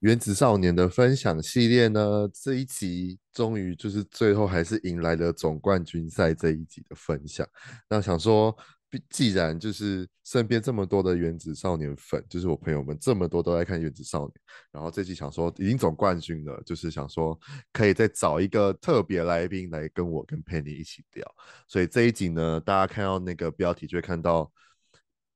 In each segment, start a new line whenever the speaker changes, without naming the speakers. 原子少年的分享系列呢，这一集终于就是最后还是迎来了总冠军赛这一集的分享。那想说，毕既然就是身边这么多的原子少年粉，就是我朋友们这么多都在看原子少年，然后这期想说已经总冠军了，就是想说可以再找一个特别来宾来跟我跟佩妮一起聊。所以这一集呢，大家看到那个标题就会看到。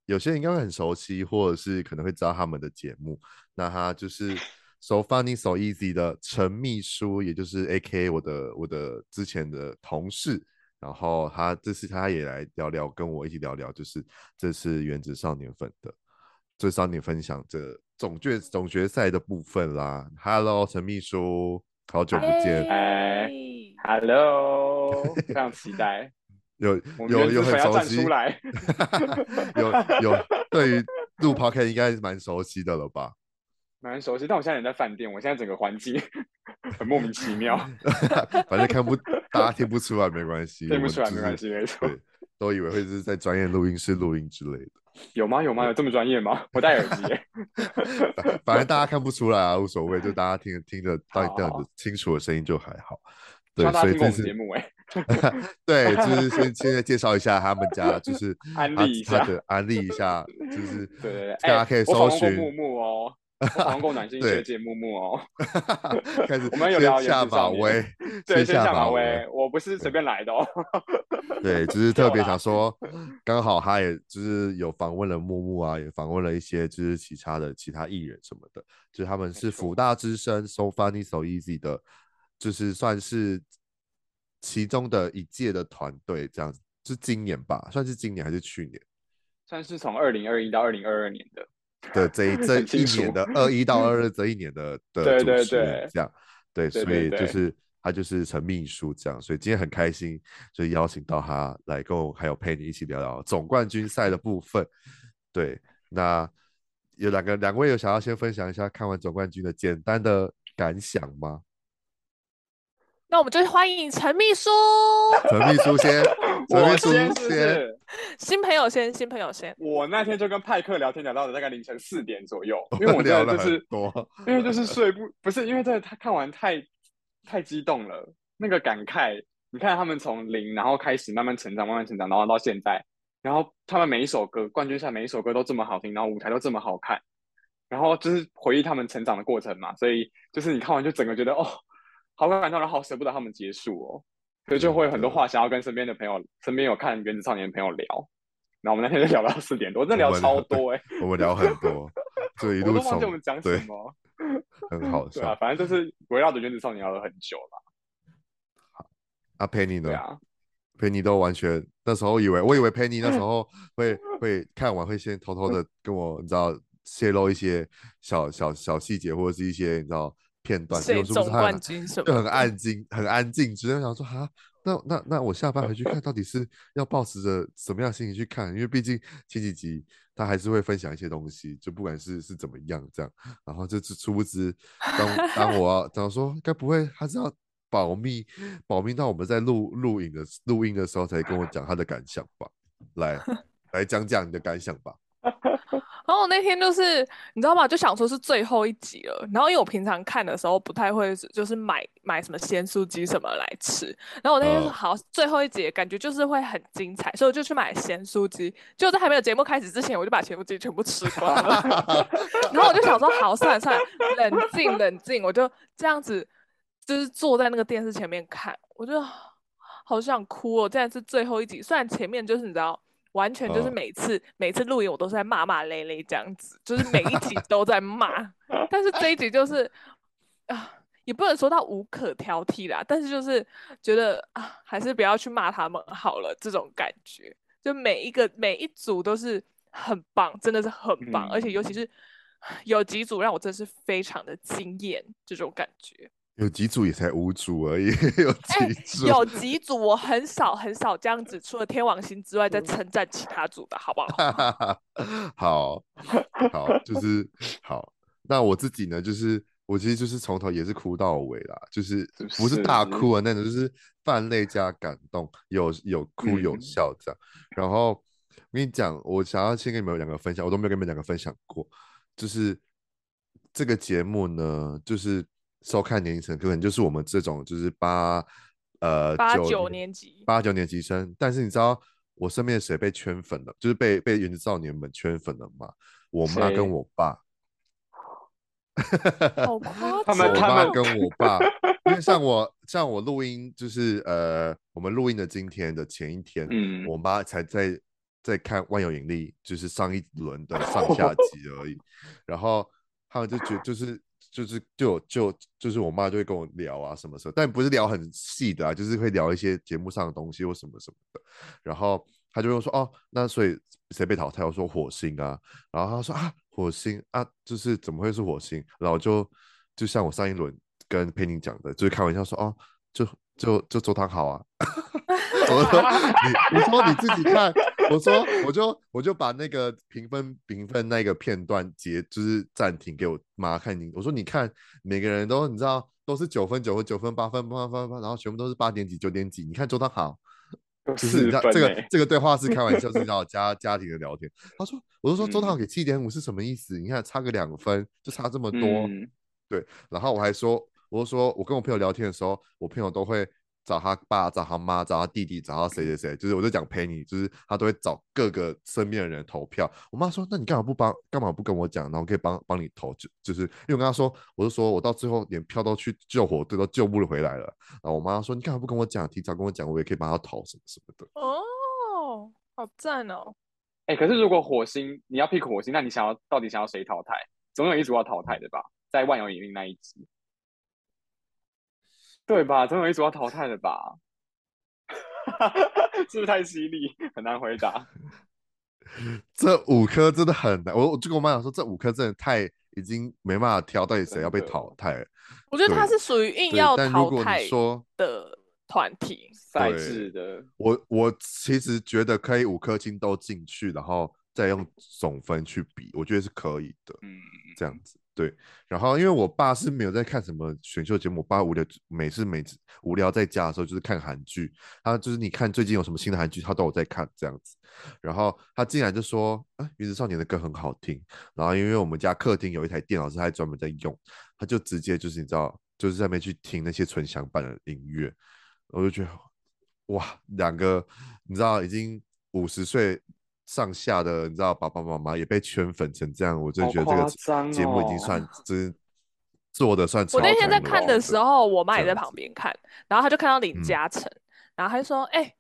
有些人应该会很熟悉，或者是可能会知道他们的节目。那他就是 So Funny So Easy 的陈秘书，也就是 A K A 我的我的之前的同事。然后他这次他也来聊聊，跟我一起聊聊，就是这次原子少年粉的最少年分享这总决总决赛的部分啦。Hello，陈秘书，好久不见，
哎 Hello，非常 期待。
有
我们
有
原
有
子粉
很
要
熟
站
悉
出，来，
有 有对于录 p o c a s t 应该是蛮熟悉的了吧？
蛮熟悉。但我现在人在饭店，我现在整个环境 很莫名 其妙，
反正看不大家听不出来没关系，
听
我
不出来
就
没
是
关系，没错。
对，都以为会是在专业录音室录音之类的，
有吗？有吗？有这么专业 吗？我戴耳机耶。
反反正大家看不出来啊，无所谓，就大家听听着当
好
这样子清楚的声音就还好。
希
对，
望大家
所以
听过
这
我们节
是
目哎，
对， 就是先现在介绍一下他们家，就是
安
他
利一
他
下。
的安利一下，就是
对对对，
啊大家
哎
可以
我访
搜
问过
寻
木木 哦，我访问过暖心
对
学姐木木哦。
开始
我们
先
有聊原
下
子少
马
年
威，
对，先
下啊
下
马
马威，我不是随便来的哦。
对，只是特别
有啦
想说，刚好他也就是有访问了木木啊，也访问了一些就是其他的其他艺人什么的，就是他们是
错
福大之声 So Funny So Easy 的，就是算是其中的一届的团队这样子，是今年吧，算是今年还是去年
算是从二零二一到二零二二年的，
的这 一这
很清
一年
楚
的二一到 二二这一年的的
对
主
对
持人
对
这样，对，
对
所
对
以就
对
是。他就是陈秘书这样，所以今天很开心，所以邀请到他来跟我还有佩妮一起聊聊总冠军赛的部分。对，那有两个两位有想要先分享一下看完总冠军的简单的感想吗？
那我们就欢迎陈秘书，
陈秘书先，陈
我
秘书
先是不
先，
是？
新朋友先，新朋友先。
我那天就跟派克聊天聊到了大概凌晨四点左 右，因为我真
聊
的
了
就
很
是
多，
因为就是睡不不是因为真的他看完太太激动了，那个感慨，你看他们从零然后开始慢慢成长，慢慢成长，然后到现在，然后他们每一首歌冠军赛每一首歌都这么好听，然后舞台都这么好看，然后就是回忆他们成长的过程嘛，所以就是你看完就整个觉得哦，好感动，然后好舍不得他们结束哦，所以就会有很多话想要跟身边的朋友，身边有看《原子少年》的朋友聊。然后我们那天就聊到四点多，真的
我
聊
们
超多哎、
我们聊很多，就一
我
路
都忘记我
从
们讲
对
什么。
很好
对啊，
笑。
反正就是围绕着原子少年聊了很久了。
啊，佩妮呢
对？啊，
佩妮都完全那时候以为，我以为佩妮那时候会会看完会先偷偷的跟我，你知道泄露一些小小小细节或者是一些你知道片段，结
谁
果殊不
总
知她很
冠军什
就
么
很
的？
安静，很安静，只是想说哈，那那那我下班回去看，到底是要抱持着什么样的心情去看？因为毕竟前几集他还是会分享一些东西，就不管是是怎么样这样，然后就就殊不知，当当我要当说，该不会他是要保密保密到我们在录录影的录音的时候才跟我讲他的感想吧？来来讲讲你的感想吧。
然后我那天就是你知道吗？就想说是最后一集了。然后因为我平常看的时候不太会，就是买买什么鲜蔬鸡什么来吃。然后我那天
嗯
说好，最后一集感觉就是会很精彩，所以我就去买鲜蔬鸡。结果在还没有节目开始之前，我就把鲜蔬鸡全部吃光了。然后我就想说，好，算了算了，冷静冷静，我就这样子，就是坐在那个电视前面看，我就好想哭哦。这然是最后一集，虽然前面就是你知道，完全就是
嗯
每次、每次录影我都是在骂骂咧咧这样子，就是每一集都在骂，但是这一集就是啊。也不能说到无可挑剔啦，但是就是觉得啊，还是不要去骂他们好了，这种感觉。就每一个每一组都是很棒，真的是很棒，而且尤
嗯
其是有几组让我真的是非常的惊艳，这种感觉。
有几组也才五组而已， 有
哎
几组、
有几组我很少很少这样子，除了天王星之外，在称赞其他组的好不好？
好好，就是好。那我自己呢，就是我其实就是从头也是哭到尾啦，就是
是嗯
不是大
是
哭啊那种，就是泛泪加感动，有有哭有
嗯
笑这样。然后我跟你讲，我想要先跟你们两个分享，我都没有跟你们两个分享过，就是这个节目呢，就是收看年龄层可能就是我们这种就是八呃
八九年级，
八九年级生，但是你知道我身边的谁被圈粉了？就是被被原子少年们圈粉了吗？我妈
谁
跟我爸，
好夸
他们
我
他
妈
们
跟我爸，因为像我像我录音，就是呃，我们录音的今天的前一天，
嗯，
我妈才在在看《万有引力》，就是上一轮的上下集而已。然后他们就觉就是就是就有就就是我妈就会跟我聊啊什么什么，但不是聊很细的啊，就是会聊一些节目上的东西或什么什么的。然后她就会说哦，那所以谁被淘汰？我说火星啊。然后她说啊，火星啊，就是怎么会是火星？然后就就像我上一轮跟佩妮讲的，就是开玩笑说哦，就就就周汤好啊。我说你，我说你自己看，我说我就我就把那个评分评分那个片段截，就是暂停给我妈看你，我说你看每个人都你知道都是九分九分九分八分八分八分，然后全部都是八点几九点几，你看周汤好，
有
就是你
四
知道
分
这个
欸
这个对话是开玩笑， 是你知道家家庭的聊天。他说，我就说周
嗯
汤给七点五是什么意思？你看差个两分就差这么多，
嗯
然后我还说，我就说我跟我朋友聊天的时候，我朋友都会找他爸、找他妈、找他弟弟、找他谁谁谁，就是我就讲陪你，就是他都会找各个身边的人投票。我妈说，那你干嘛不帮？干嘛不跟我讲？然后我可以帮帮你投，就就是因为我跟她说，我就说我到最后连票都去救火队都救不了回来了。然后我妈说，你干嘛不跟我讲？提早跟我讲，我也可以帮她投什么什么的。
哦，好赞哦！
哎、可是如果火星你要 pick 火星，那你想要到底想要谁淘汰？总有一组要淘汰的吧，在万有引力那一集，对吧？总有一组要淘汰的吧？ 是不是太犀利，很难回答？
这五颗真的很难，我我就跟我妈讲说，这五颗真的太已经没办法挑到底谁要被
真的
淘汰了。
我觉得他
对
是属于硬
对
要
但如
淘
果
汰
你说
的团体，
赛
对
制的，
我我其实觉得可以五颗星都进去，然后再用总分去比，我觉得是可以的。
嗯，
这样子对。然后因为我爸是没有在看什么选秀节目，我爸无聊每次每次无聊在家的时候就是看韩剧，他就是你看最近有什么新的韩剧，他都有在看这样子。然后他进来就说：“啊，原子少年的歌很好听。”然后因为我们家客厅有一台电脑是他还专门在用，他就直接就是你知道，就是在那边去听那些纯享版的音乐，我就觉得哇，两个你知道已经五十岁上下的，你知道爸爸妈妈也被圈粉成这样，我真的
好
觉得这
夸张
个节目已经
哦
算真做的算超
我那天在
强了
看的时，候，我妈也
这
在
样
旁
子
边看，然后她就看到林
嗯
嘉诚，然后她就说：“哎、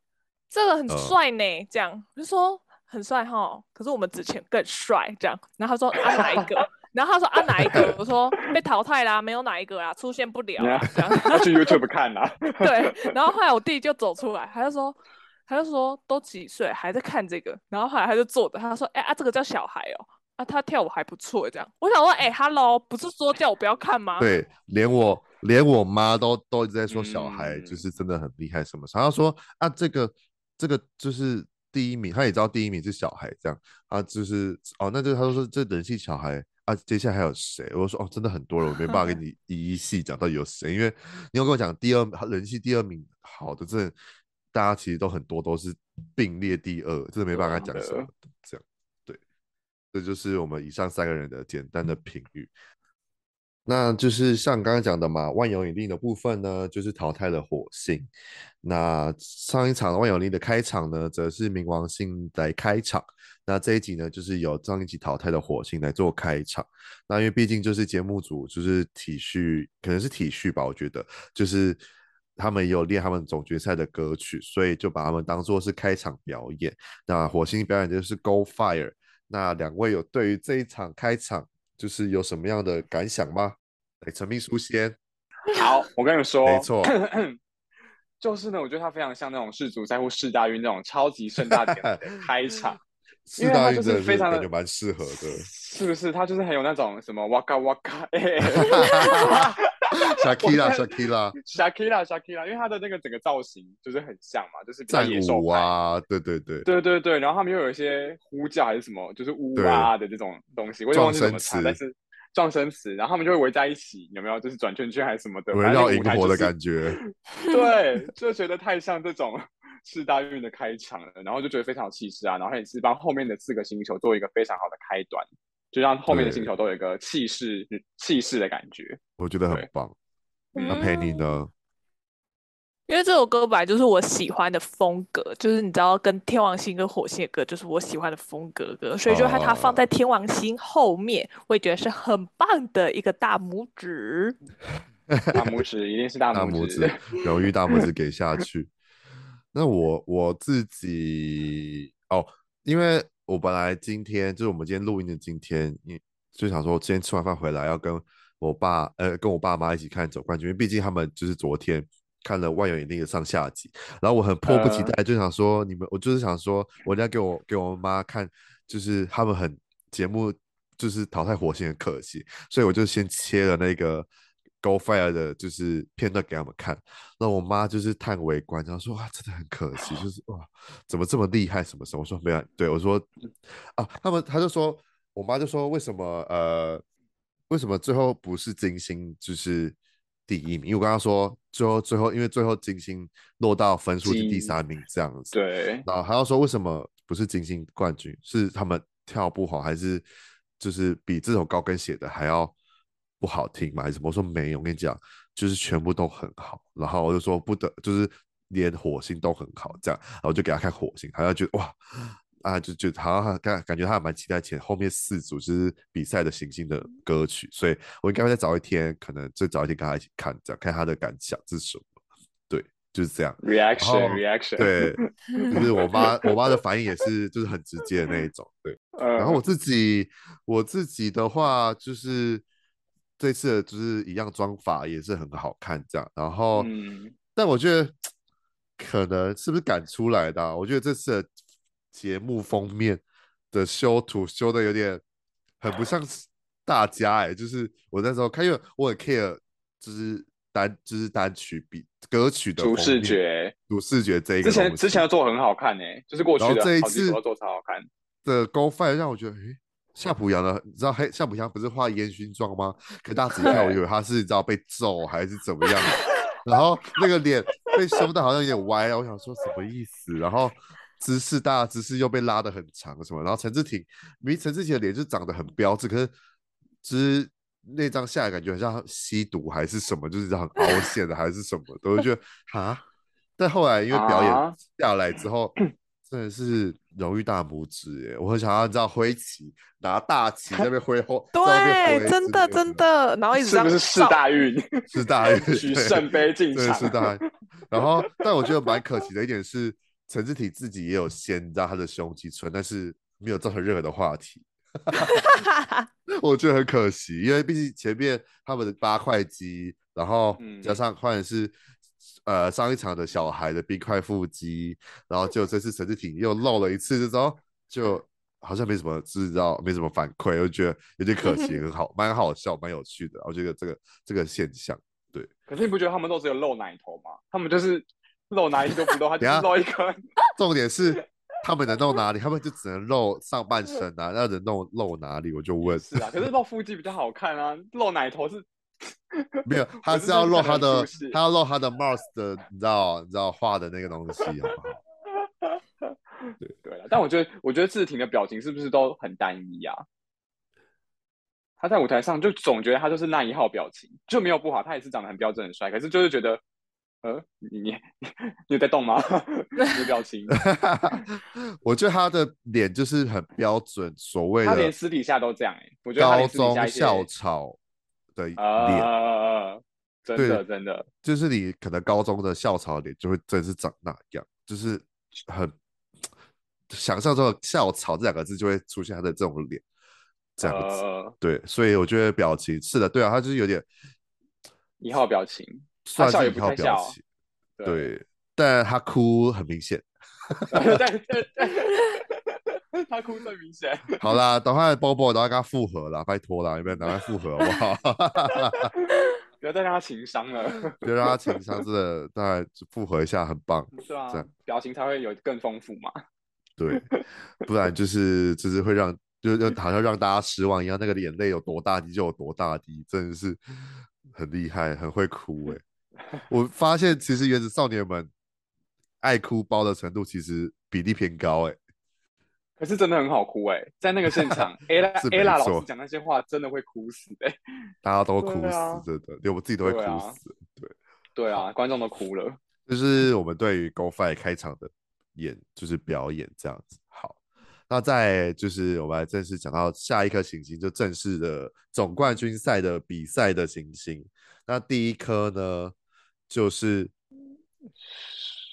这个很
呃
帅呢。这样我就说：“很帅哈，可是我们之前更帅。”这样，然后她说：“啊哪一个？” 然后她说：“啊哪一个？”我说：“被淘汰啦，没有哪一个啦，出现不了啦。”这样，
要去 YouTube 看啊啦、
对，然后后来我弟就走出来，他就说，他就说都几岁还在看这个，然后后来他就坐着，他说，哎、啊，这个叫小孩哦，啊，他跳舞还不错，这样，我想说，哎、h e l l o 不是说叫我不要看吗？，
对，连我连我妈都都一直在说小孩就
嗯
是真的很厉害什么，她说啊这个这个就是第一名，她也知道第一名是小孩这样啊，就是哦，那就她说这人气小孩啊，接下来还有谁？我就说哦，真的很多人，我没办法跟你一一细讲到底有谁，因为你要跟我讲第二人气第二名好的，真的大家其实都很多都是并列第二，真的没办法跟他讲
对啊
什么的这样。对，这就是我们以上三个人的简单的评语。那就是像刚刚讲的嘛，万有引力的部分呢，就是淘汰了火星。那上一场的万有引力的开场呢，则是冥王星来开场。那这一集呢，就是由上一集淘汰的火星来做开场。那因为毕竟就是节目组就是体恤，可能是体恤吧，我觉得就是他们也有练他们总决赛的歌曲，所以就把他们当做是开场表演。那火星表演就是 Go Fire。那两位有对于这一场开场就是有什么样的感想吗？哎，陈秘书先，
好，我跟你说，
没 错，
就是呢，我觉得它非常像那种世足赛或世大运那种超级盛大典礼的开场，
四大
因为他就
运
是
真的
非
是
常
感
的
觉蛮适合 的。
是不是？他就是很有那种什么哇嘎哇 嘎，哎、欸
Shakira Shakira
，Shakira Shakira，因为他的那个整个造型就是很像嘛，就是比较
战
野兽
舞
派。
啊，对对对，
对对对，然后他们又有一些呼叫还是什么，就是呜啊的这种东西，我也忘记怎么
撞声
唱，
词
但是撞声词，然后他们就会围在一起，有没有？就是转圈圈还是什么的，
围绕萤火的
觉。
感觉。
对，就觉得太像这种 四大运的开场了，然后就觉得非常有气势啊，然后也是帮后面的四个星球做一个非常好的开端，就让后面的星
对
球都有一个气势气势的感觉。
我觉得很
对
棒。
嗯
那
嗯
陪你呢？
因为这首歌本来就是我喜欢的风格，就是你知道，跟天王星跟火星的歌就是我喜欢的风格的歌，所以就它它
哦
放在天王星后面，我也觉得是很棒的一个大拇指。
大拇指一定是大
大
拇
拇
指
指， 荣誉大拇指给下去。那我我自己哦，因为我本来今天就是我们今天录音的今天，你就想说，我今天吃完饭回来要跟我爸呃跟我爸妈一起看总冠军，因为毕竟他们就是昨天看了万有引力的上下集，然后我很迫不及
呃
待，就想说你们，我就是想说，我一定要给我给我妈看，就是他们很节目就是淘汰火星很可惜，所以我就先切了那个 Go Fire 的，就是片段给他们看。那我妈就是叹为观止，然后说哇，真的很可惜，就是哇，怎么这么厉害，什么什么？我说没有，对我说啊，他们他就说，我妈就说为什么呃，为什么最后不是金星就是第一名？因为我跟她说最后最后，因为最后金星落到分数是第
金
三名这样子。
对，
然后还要说为什么不是金星冠军？是他们跳不好，还是就是比这种高跟鞋的还要不好听吗？还是什么？我说没有，我跟你讲，就是全部都很好。然后我就说不得，就是连火星都很好这样。然后我就给他看火星，他就觉得哇啊，就就好像感感觉他还蛮期待前后面四组就是比赛的行星的歌曲，所以我应该会再找一天，可能再找一天跟他一起看，这样看他的感想是什么。对，就是这样。
reaction reaction，，
哦对，
嗯
就是我妈，我妈的反应也是，就是很直接的那一种。对，
呃，
然后我自己，我自己的话就是这次的就是一样妆法也是很好看这样。然后，
嗯
但我觉得可能是不是赶出来的啊、我觉得这次的节目封面的修图修的有点很不像是大家哎、就是我那时候看，因为我很 care 就是单就是单曲比歌曲的
主
封
视
面
觉。
主视觉这一个
之前
东
之前
西
的做得很好看诶、就是过去
然后
的
这一
好几
次
组都做得超好看。
的 Go Fight 让我觉得，诶，夏普阳的，你知道黑夏普阳不是画烟熏妆吗？可大家仔细看，我以为他是你知道被揍还是怎么样，然后那个脸被修的好像有点歪啊了，我想说什么意思？然后姿势大家姿势又被拉得很长什么，然后陈志廷，明明陈志廷的脸就长得很标致，可是只是那张下来感觉很像吸毒还是什么，就是这样很凹陷的还是什么的，我就觉得啊。但后来因为表
啊
演下来之后，真的是荣誉大拇指耶！我很想要你知道挥旗，拿大旗在那边 挥后，在那边
对，
挥
真的
之类
真，的，然后一直这
是
样
不是四大 运
是大运
举圣杯进
哎对，
场？
是 大运。然后，但我觉得蛮可惜的一点是，陈志体自己也有先让他的胸肌存，但是没有造成任何的话题，
照
我觉得很可惜，因为毕竟前面他们的八块肌，然后
嗯
加上换的是、呃上一场的小孩的冰块腹肌，然后就这次陈志挺又露了一次这招，就好像没什么知道，没什么反馈，我觉得有点可 惜，很好，蛮好笑，蛮有趣的，我觉得这个这个现象。
可是你不觉得他们都只有露奶头吗？他们就是露哪里都不露，他就
等一下
是露一个。
重点是他们能露哪里？他们就只能露上半身啊，那能露露哪里？我就问，
是啊，可是露腹肌比较好看啊，露奶头是
没有，
我
他
是
是要
真的
露
看
他
得很
的
出戏，
他要露他的 Mars 的，你知道，你知道画的那个东西，好不好？
对啊了。但我觉得，我觉得志廷的表情是不是都很单一啊？他在舞台上就总觉得他就是那一号表情，就没有不好，他也是长得很标准、很帅，可是就是觉得，呃，你 你你有在动吗？你的 表情，
我觉得他的脸就是很标准，所谓
他连
的
私底下都这样哎、我觉得他
高
连私底下
中
一些
校草的脸，
啊，真
对
的真的，
就是你可能高中的校草脸就会真是长那样，就是很想象中的校草这两个字就会出现他的这种脸，这样子。
呃，
对，所以我觉得表情是的，对啊，他就是有点
一号表情，
算
笑
是
也
一
不
号
太
表
笑
情，， 对，但他哭很明显，
对对对， 他哭最明显。
好啦，赶快 Bobo，赶快跟他复合啦，拜托啦，你们赶快复合好不好？
不要再让他情伤了，
别让他情商真的，当然复合一下很棒。
对 啊
这样，
表情才会有更丰富嘛。
对，不然就是就是会让就就好像让大家失望一样，那个眼泪有多大滴就有多大滴，真的是很厉害，很会哭 哎、我发现其实原子少年们爱哭包的程度其实比例偏高哎、
可是真的很好哭哎、在那个现场，ella
是没
ella
错
老师讲那些话真的会哭死哎、
大家都哭
对啊
死，真的，连我自己都会哭
对啊
死。对，
对啊，观众都哭了。
这
嗯
是我们对于 GoFi 开场的演，就是表演这样子。好，那再就是我们来正式讲到下一颗行星，就正式的总冠军赛的比赛的行星。那第一颗呢，就是水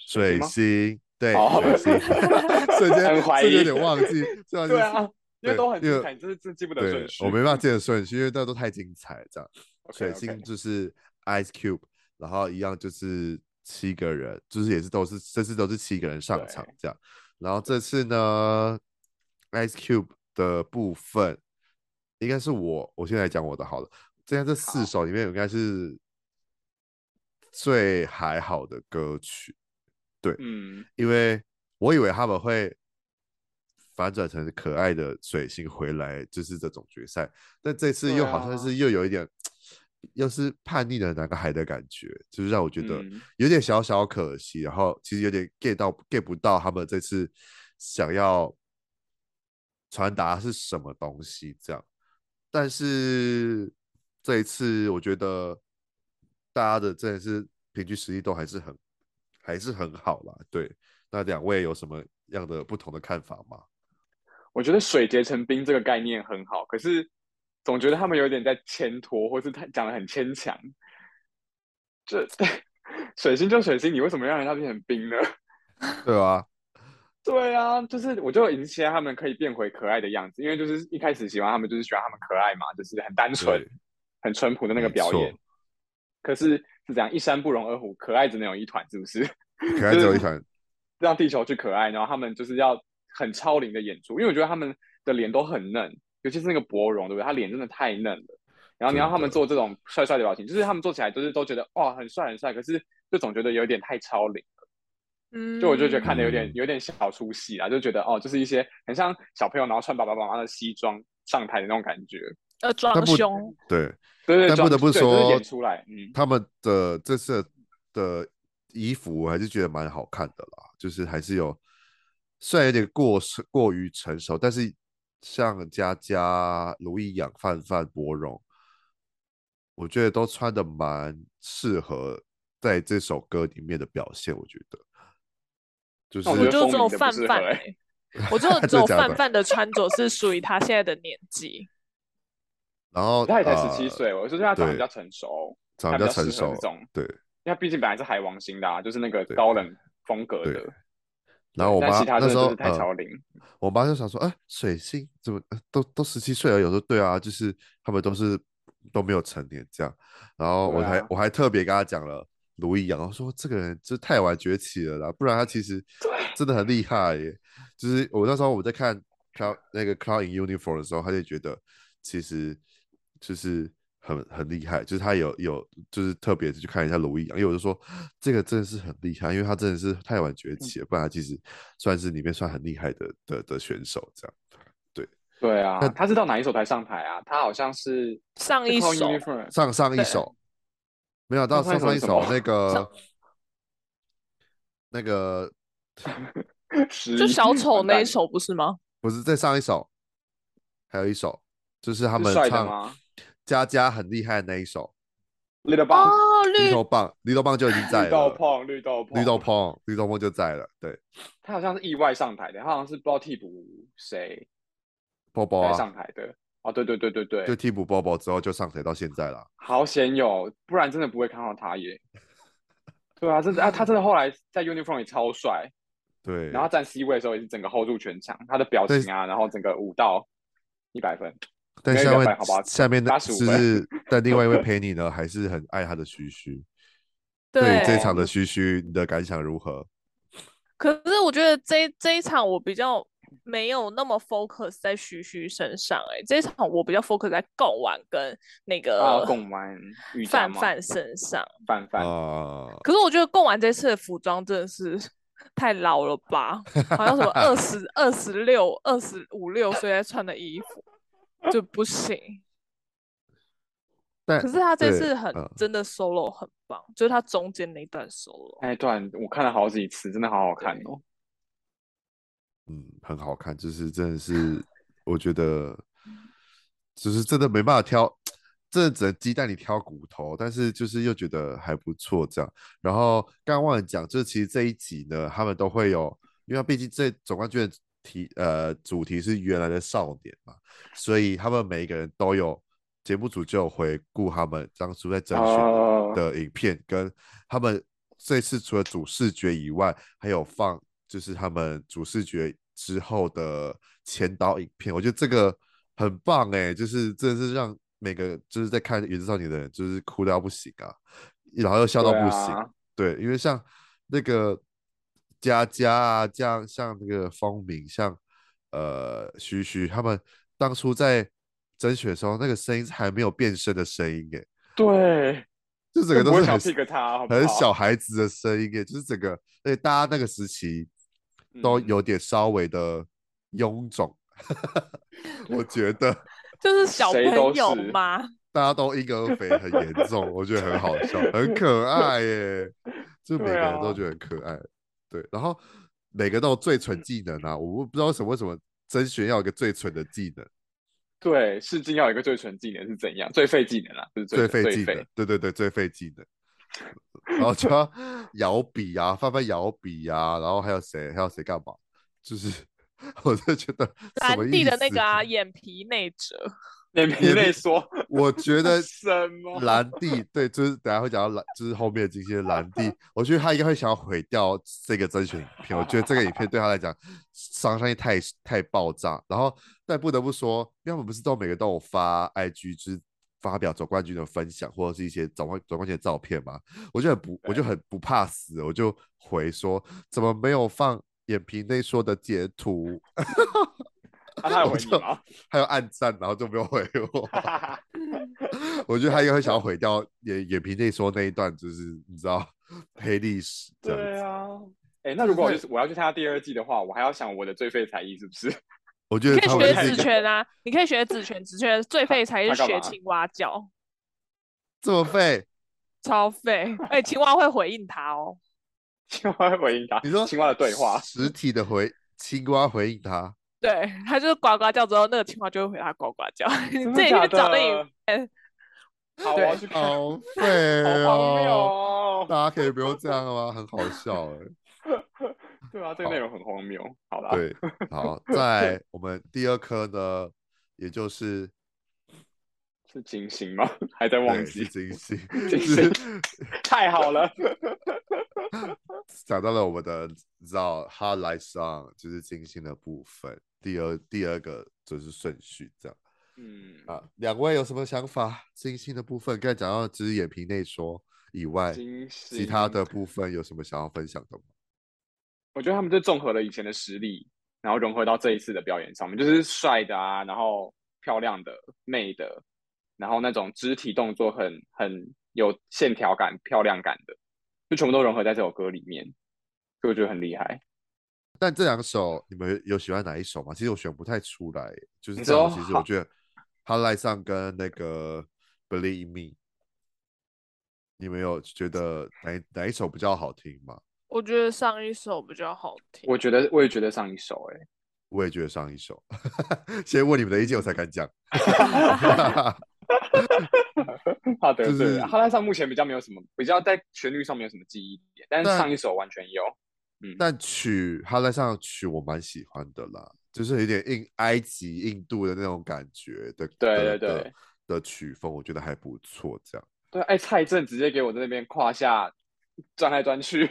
水星吗
星，对，
哦
水星。哎 瞬间
很怀
瞬间有
疑
点忘 记，这样就
对
是
啊，因为
对
都很
因为
精彩，你真的真记不得
对
顺序。
我没办法记得顺序，因为那都太精彩了这样。水
OK，OK
星就是 Ice Cube，然后一样就是七个人，就是也是都是这次都是七个人上场这样。然后这次呢，Ice Cube 的部分应该是我，我先来讲我的好了。这样这四
好
首里面应该是最还好的歌曲，
嗯，
因为我以为他们会反转成可爱的水星回来，就是这种决赛。但这次
对
又好像
啊
是又有一点，又是叛逆的男孩的感觉，就是让我觉得
嗯
有点小小可惜。然后其实有点 get 到 get 不到他们这次想要传达是什么东西这样。但是这一次，我觉得大家的真的是平均实力都还是很还是很好啦。对，那两位有什么样的不同的看法吗？
我觉得水结成冰这个概念很好，可是总觉得他们有点在牵拖，或是他讲的很牵强。这 水星就水星，你为什么要让它变成冰呢？
对啊，
对啊，就是我就已经期待他们可以变回可爱的样子，因为就是一开始喜欢他们，就是喜欢他们可爱嘛，就是很单纯
对、
很淳朴的那个
没
表演
错。
可是是这样，一山不容二虎，可爱只能有一团，是不是？
可爱只有一团，
让地球去可爱，然后他们就是要很超龄的演出，因为我觉得他们的脸都很嫩，尤其是那个博荣，对不对？他脸真的太嫩了。然后你
真
让他们
的
做这种帅帅的表情，就是他们做起来就是都觉得哇很帅很帅，可是就总觉得有点太超龄，
嗯
就我就觉得看的有点
嗯
有点小出戏啦，就觉得哦就是一些很像小朋友，然后穿爸爸妈妈的西装上台的那种感觉，
呃装
但不
凶，
对
对对，
但不
装
得不
对就是
说
演出来，嗯，
他们的这次的衣服，我还是觉得蛮好看的啦，就是还是有虽然有点过时过于成熟，但是像佳佳、卢易阳、范范、博荣，我觉得都穿的蛮适合在这首歌里面的表现，我觉得。就是
哦那我
我
觉得
就只
风
有
靡的不
范
适合
范
欸
欸，我 就只
真的
有
假的
范范的穿着是属于他现在的年纪，
然后
他也才
呃
十七岁，我就觉得他长
对
得比较成熟，
长
他
得
比
比较
较
成
适合
熟
这，种，
对。
因为他毕竟本来是海王星的，啊，就是那个
对
高冷风格
对
的。
然后我
但
妈
其他
那
真
时
的就
候
是太
呃
超龄，
我妈就想说，哎、水星怎么呃都都十七岁了？有时候对啊，就是他们都是都没有成年这样。然后
对
我还、
啊
我还特别跟她讲了卢易阳，我说这个人就太晚崛起了啦，不然他其实真的很厉害耶。就是我那时候我在看 Cloud 那个 Cloud in Uniform 的时候，他就觉得其实就是很很厉害，就是他有有就是特别去看一下卢易阳，因为我就说这个真的是很厉害，因为他真的是太晚
嗯
崛起了，不然他其实算是里面算很厉害的的的选手这样。
对啊
那，
他是到哪一首台上台啊？他好像是
上一
Call
首
Uniform
上上一
对
首，没有到上
上上
上
一
一
首
首
是什么
那
上
个那个
十一，
就小丑
完蛋
那一首不是吗？
不是再上一首，还有一首就是他
是
们
帅的
唱
吗
佳佳很厉害的那一首
Little Bang
哦，
绿
绿
豆棒，绿豆棒就已经在
绿豆
了，
碰绿豆碰
绿豆，碰，绿豆碰就在了，对，
他好像是意外上台的，他好像是不知道替补谁
波波
来
啊
上，台的。哦，对对对对
就
对，
替补波波之后就上台到现在了，
好险有，不然真的不会看到他耶。对啊，真的啊，他真的后来在 Uniform 也超帅，
对，
然后他站 C 位的时候也是整个 hold 住全场，他的表
对
情啊，然后整个舞蹈一百分。
但
没有
下
100
面
分好吧
下面的
85
就
分
是但另外一位陪你呢，还是很爱他的须须，对于这
对
一，
场的须须，你的感想如何？
可是我觉得这一这一场我比较没有那么 focus 在徐徐身上、欸，哎，这一场我比较 focus 在贡丸跟那
啊
个，
贡丸瑜伽
范
吗
范身上。
范范，
啊，
可是我觉得贡丸这次的服装真的是 太老了吧，好像什么 二十二十六、二十五六岁在穿的衣服就不 行。
但
呃
可是他这
对
次很、
嗯
真的 solo 很棒，就是他中间那一段 solo。
那一段哎啊我看了好几次，真的好好看哦。
嗯，很好看，就是真的是，我觉得就是真的没办法挑，真的只能鸡蛋里挑骨头，但是就是又觉得还不错这样。然后刚刚忘了讲，就是其实这一集呢，他们都会有，因为毕竟这总冠军的题呃主题是原来的少年嘛，所以他们每一个人都有节目组就有回顾他们当初在甄选
哦
的影片，跟他们这次除了主视觉以外，还有放就是他们主视觉之后的前导影片，我觉得这个很棒哎、就是真的是让每个就是在看《原子少年》的人就是哭到不行啊，然后又笑到
对
不行，
啊
对，因为像那个佳佳啊，这样像那个方明，像呃徐徐他们当初在甄选的时候，那个声音是还没有变声的声音耶，
对，
就整个
我
都
不会
是
想
很
pick 他，好不
很
好
小孩子的声音耶，就是整个，而且大家那个时期都
嗯
有点稍微的臃肿， 我觉得
就是小
谁都
朋友
是
嘛，
大家都婴儿肥很严重，我觉得很好笑，很可爱耶，就每
对
个人都
啊
觉得很可爱，对，然后每个都有最蠢技能啊，我不知道为什么为什么甄选要有一个最蠢的技能，
对，试镜要有一个最纯技能是怎样？最废技能啦，不是
最
最
费
纯最
技能
废，，
对对对，最费技能。然后就要摇笔啊，翻翻摇笔啊，然后还有谁，还有谁干嘛？就是 我就觉得什么
兰蒂
意
的那
思
个啊， 眼皮内折，
脸皮内缩，
我觉得
什么？
兰蒂对，就是等下会讲到兰，就是后面的金星的兰蒂，我觉得他应该会想要毁掉这个甄选影片。我觉得这个影片对他来讲伤伤力太太爆炸。然后，但不得不说，因为他们不是都每个都有发 IG 之发表总冠军的分享，或者是一些总冠总冠军的照片嘛，我就很不，我就很不怕死，我就回说怎么没有放眼皮内说的截图，
啊他有回你吗？
还有暗赞，然后就没有回 我。
哈哈
我觉得他应该会想要毁掉眼眼皮内说那一段，就是你知道黑历史这样
对
子。
啊，哎，那如果我
就
就是我要去参加第二季的话，我还要想我的最废才艺是不是？
我觉
你
得
可以
他们
学
就是
一
紫
个
泉啊，你可以学紫泉，紫泉最废才是
他干
学
嘛
青蛙叫，
这么废，
超废，而且青蛙会回应他哦。
青蛙会回应他，
你说
青蛙的对话，
实体的回青蛙回应 他，
对，它就是呱呱叫之后，那个青蛙就会回它呱呱叫。 你
真
自
的
己
假
去
的
找那影片，
好，我要去看，
好废
好荒谬
哦！
哦。
大家可以不用这样吗？很好笑 哎、
对啊，这个内容很荒谬。好啦，
对，好，在我们第二科呢，也就是
是金星吗？ 还在忘
对
记
是，金星，
金
是
太 好了。
讲到了我们的你知道 highlight song，就是金星的部分。第二第二个就是顺序这样。
嗯，
啊，两位有什么想法？金星的部分，刚才讲到只是眼皮内说以外，
金星
其他的部分有什么想要分享的吗？
我觉得他们就综合了以前的实力，然后融合到这一次的表演上面，就是帅的啊，然后漂亮的、媚的，然后那种肢体动作很很有线条感、漂亮感的，就全部都融合在这首歌里面，所以我觉得很厉害。
但这两首你们有喜欢哪一首吗？其实我选不太出来，就是
你
这样。
说
其实我
好
觉得《Highlight Song》跟那个《Believe Me》，你们有觉得哪一哪一首比较好听吗？
我觉得上一首比较好听。
我觉得我也觉得上一首、欸，
我也觉得上一首。 先问你们的意见，我才敢 讲。
好的，
就是
对，他在上目前比较没有什么，比较在旋律上面有什么记忆点，但是
但
上一首完全有。
但曲他在上的曲我蛮喜欢的啦，就是有点印埃及、印度的那种感觉的，
对对
的的
对
的曲风，我觉得还不错。这样，
对，哎，蔡正直接给我在那边胯下转来转去，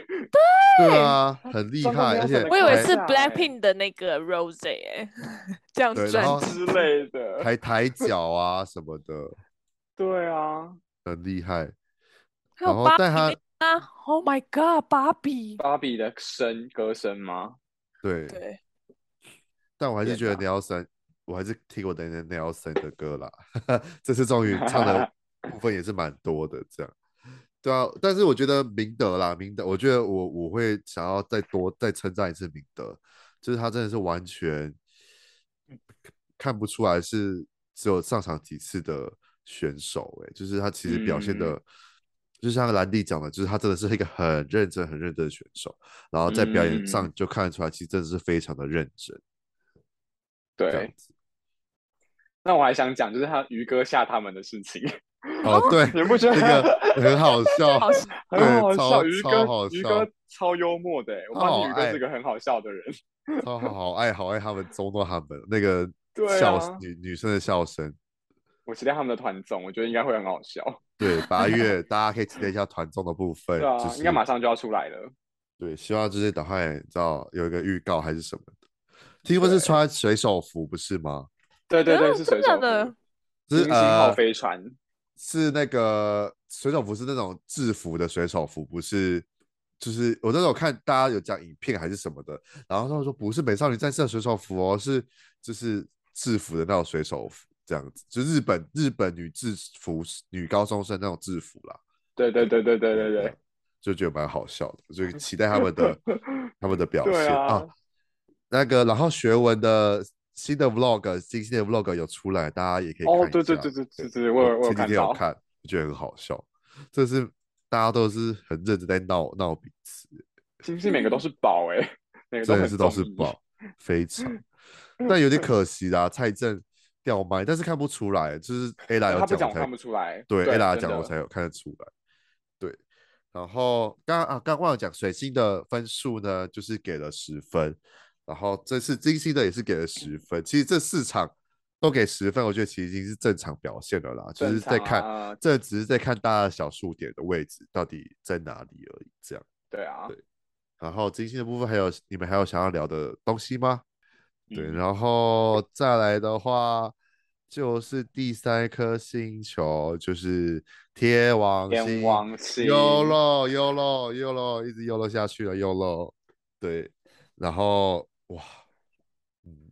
对啊，很厉
真的没
害，
有
而
什
且
么
我以为
看一
是
下欸
Blackpink 的那个 Rose 哎、 这样
对然
转
后
机
之类的。
还抬脚啊什么的，
对啊，
很厉害。
还有
然后
芭比
但它
那个啊，Oh my God，芭比。
芭比的声歌声吗？
对，
对，
但我还是
天
觉得 Nelson，我还是听我的 Nelson 的歌啦。这次终于唱 的部分也是蛮多的，这样。对啊，但是我觉得明德啦，明德，我觉得我我会想要再多再称赞一次明德，就是他真的是完全看不出来是只有上场几次的选手、欸，就是他其实表
嗯
现的，就像兰迪讲的，就是他真的是一个很认真、很认真的选手，然后在表演
嗯嗯
上就看得出来，其实真的是非常的认真。这样
对，那我还想讲就是他于哥吓他们的事情，
哦，对，
你不觉得
这个很好笑，
好笑
对啊
很好
超
笑？于
超
哥
好，
于
笑哦哎
哥超幽默的欸，我
他好
发现于哥
爱
是个很好笑的人。
超好好爱好爱他们，周诺他们那个
对
笑
啊
女女生的笑声。
我期待他们的团综，我觉得应该会很好笑。
对，八月大家可以期待一下团综的部分，
对啊
就，
应该
是
马上就要出来了。
对，希望就是赶快知道有一个预告还是什么的。听说是
对
穿水手服不是吗？
对对对，
嗯
是水
真
手
的
服
的，
是
星星号
呃，
飞船。
是那个水手服是那种制服的水手服，不是。就是我那时候看大家有讲影片还是什么的，然后他们说不是美少女战士的水手服哦，是就是制服的那种水手服，这样子，就日本日本女制服女高中生那种制服啦。
对对对对对对对
对，就觉得蛮好笑的，所以期待他们 的他们的表
对
现
啊
那个，然后学文的新的 vlog，新新的 vlog 有出来，大家也可以看一
哦
下。，
对对对对对对，我有我
前
有
几
看
天有
到。
看，我觉得很好笑。这是大家都是很认真在闹闹彼此，
星星每个都是宝哎，每个
嗯真
都很
的是都
中
是
意。
爆，非常。 但有点可惜啦，蔡正掉麦，但是看不出来，就是 ella
他
有
不
讲
讲
我
我
才
看不出来。
对 A
真
a 讲我
的
才有看得出来。对，然后刚刚啊，刚忘了讲水星的分数呢，就是给了十分，然后这次金星的也是给了十分。其实这四场都给十分，我觉得其实已经是正常表现了啦，就是
正
在
常
看，
啊
这只是在看大家的小数点的位置到底在哪里而已，这样。
对啊，
然后金星的部分还有你们还有想要聊的东西吗？对，
嗯
然后再来的话就是第三颗星球，就是天王星
天王星
又漏又漏又漏，一直又漏下去了，又漏。对，然后哇，嗯，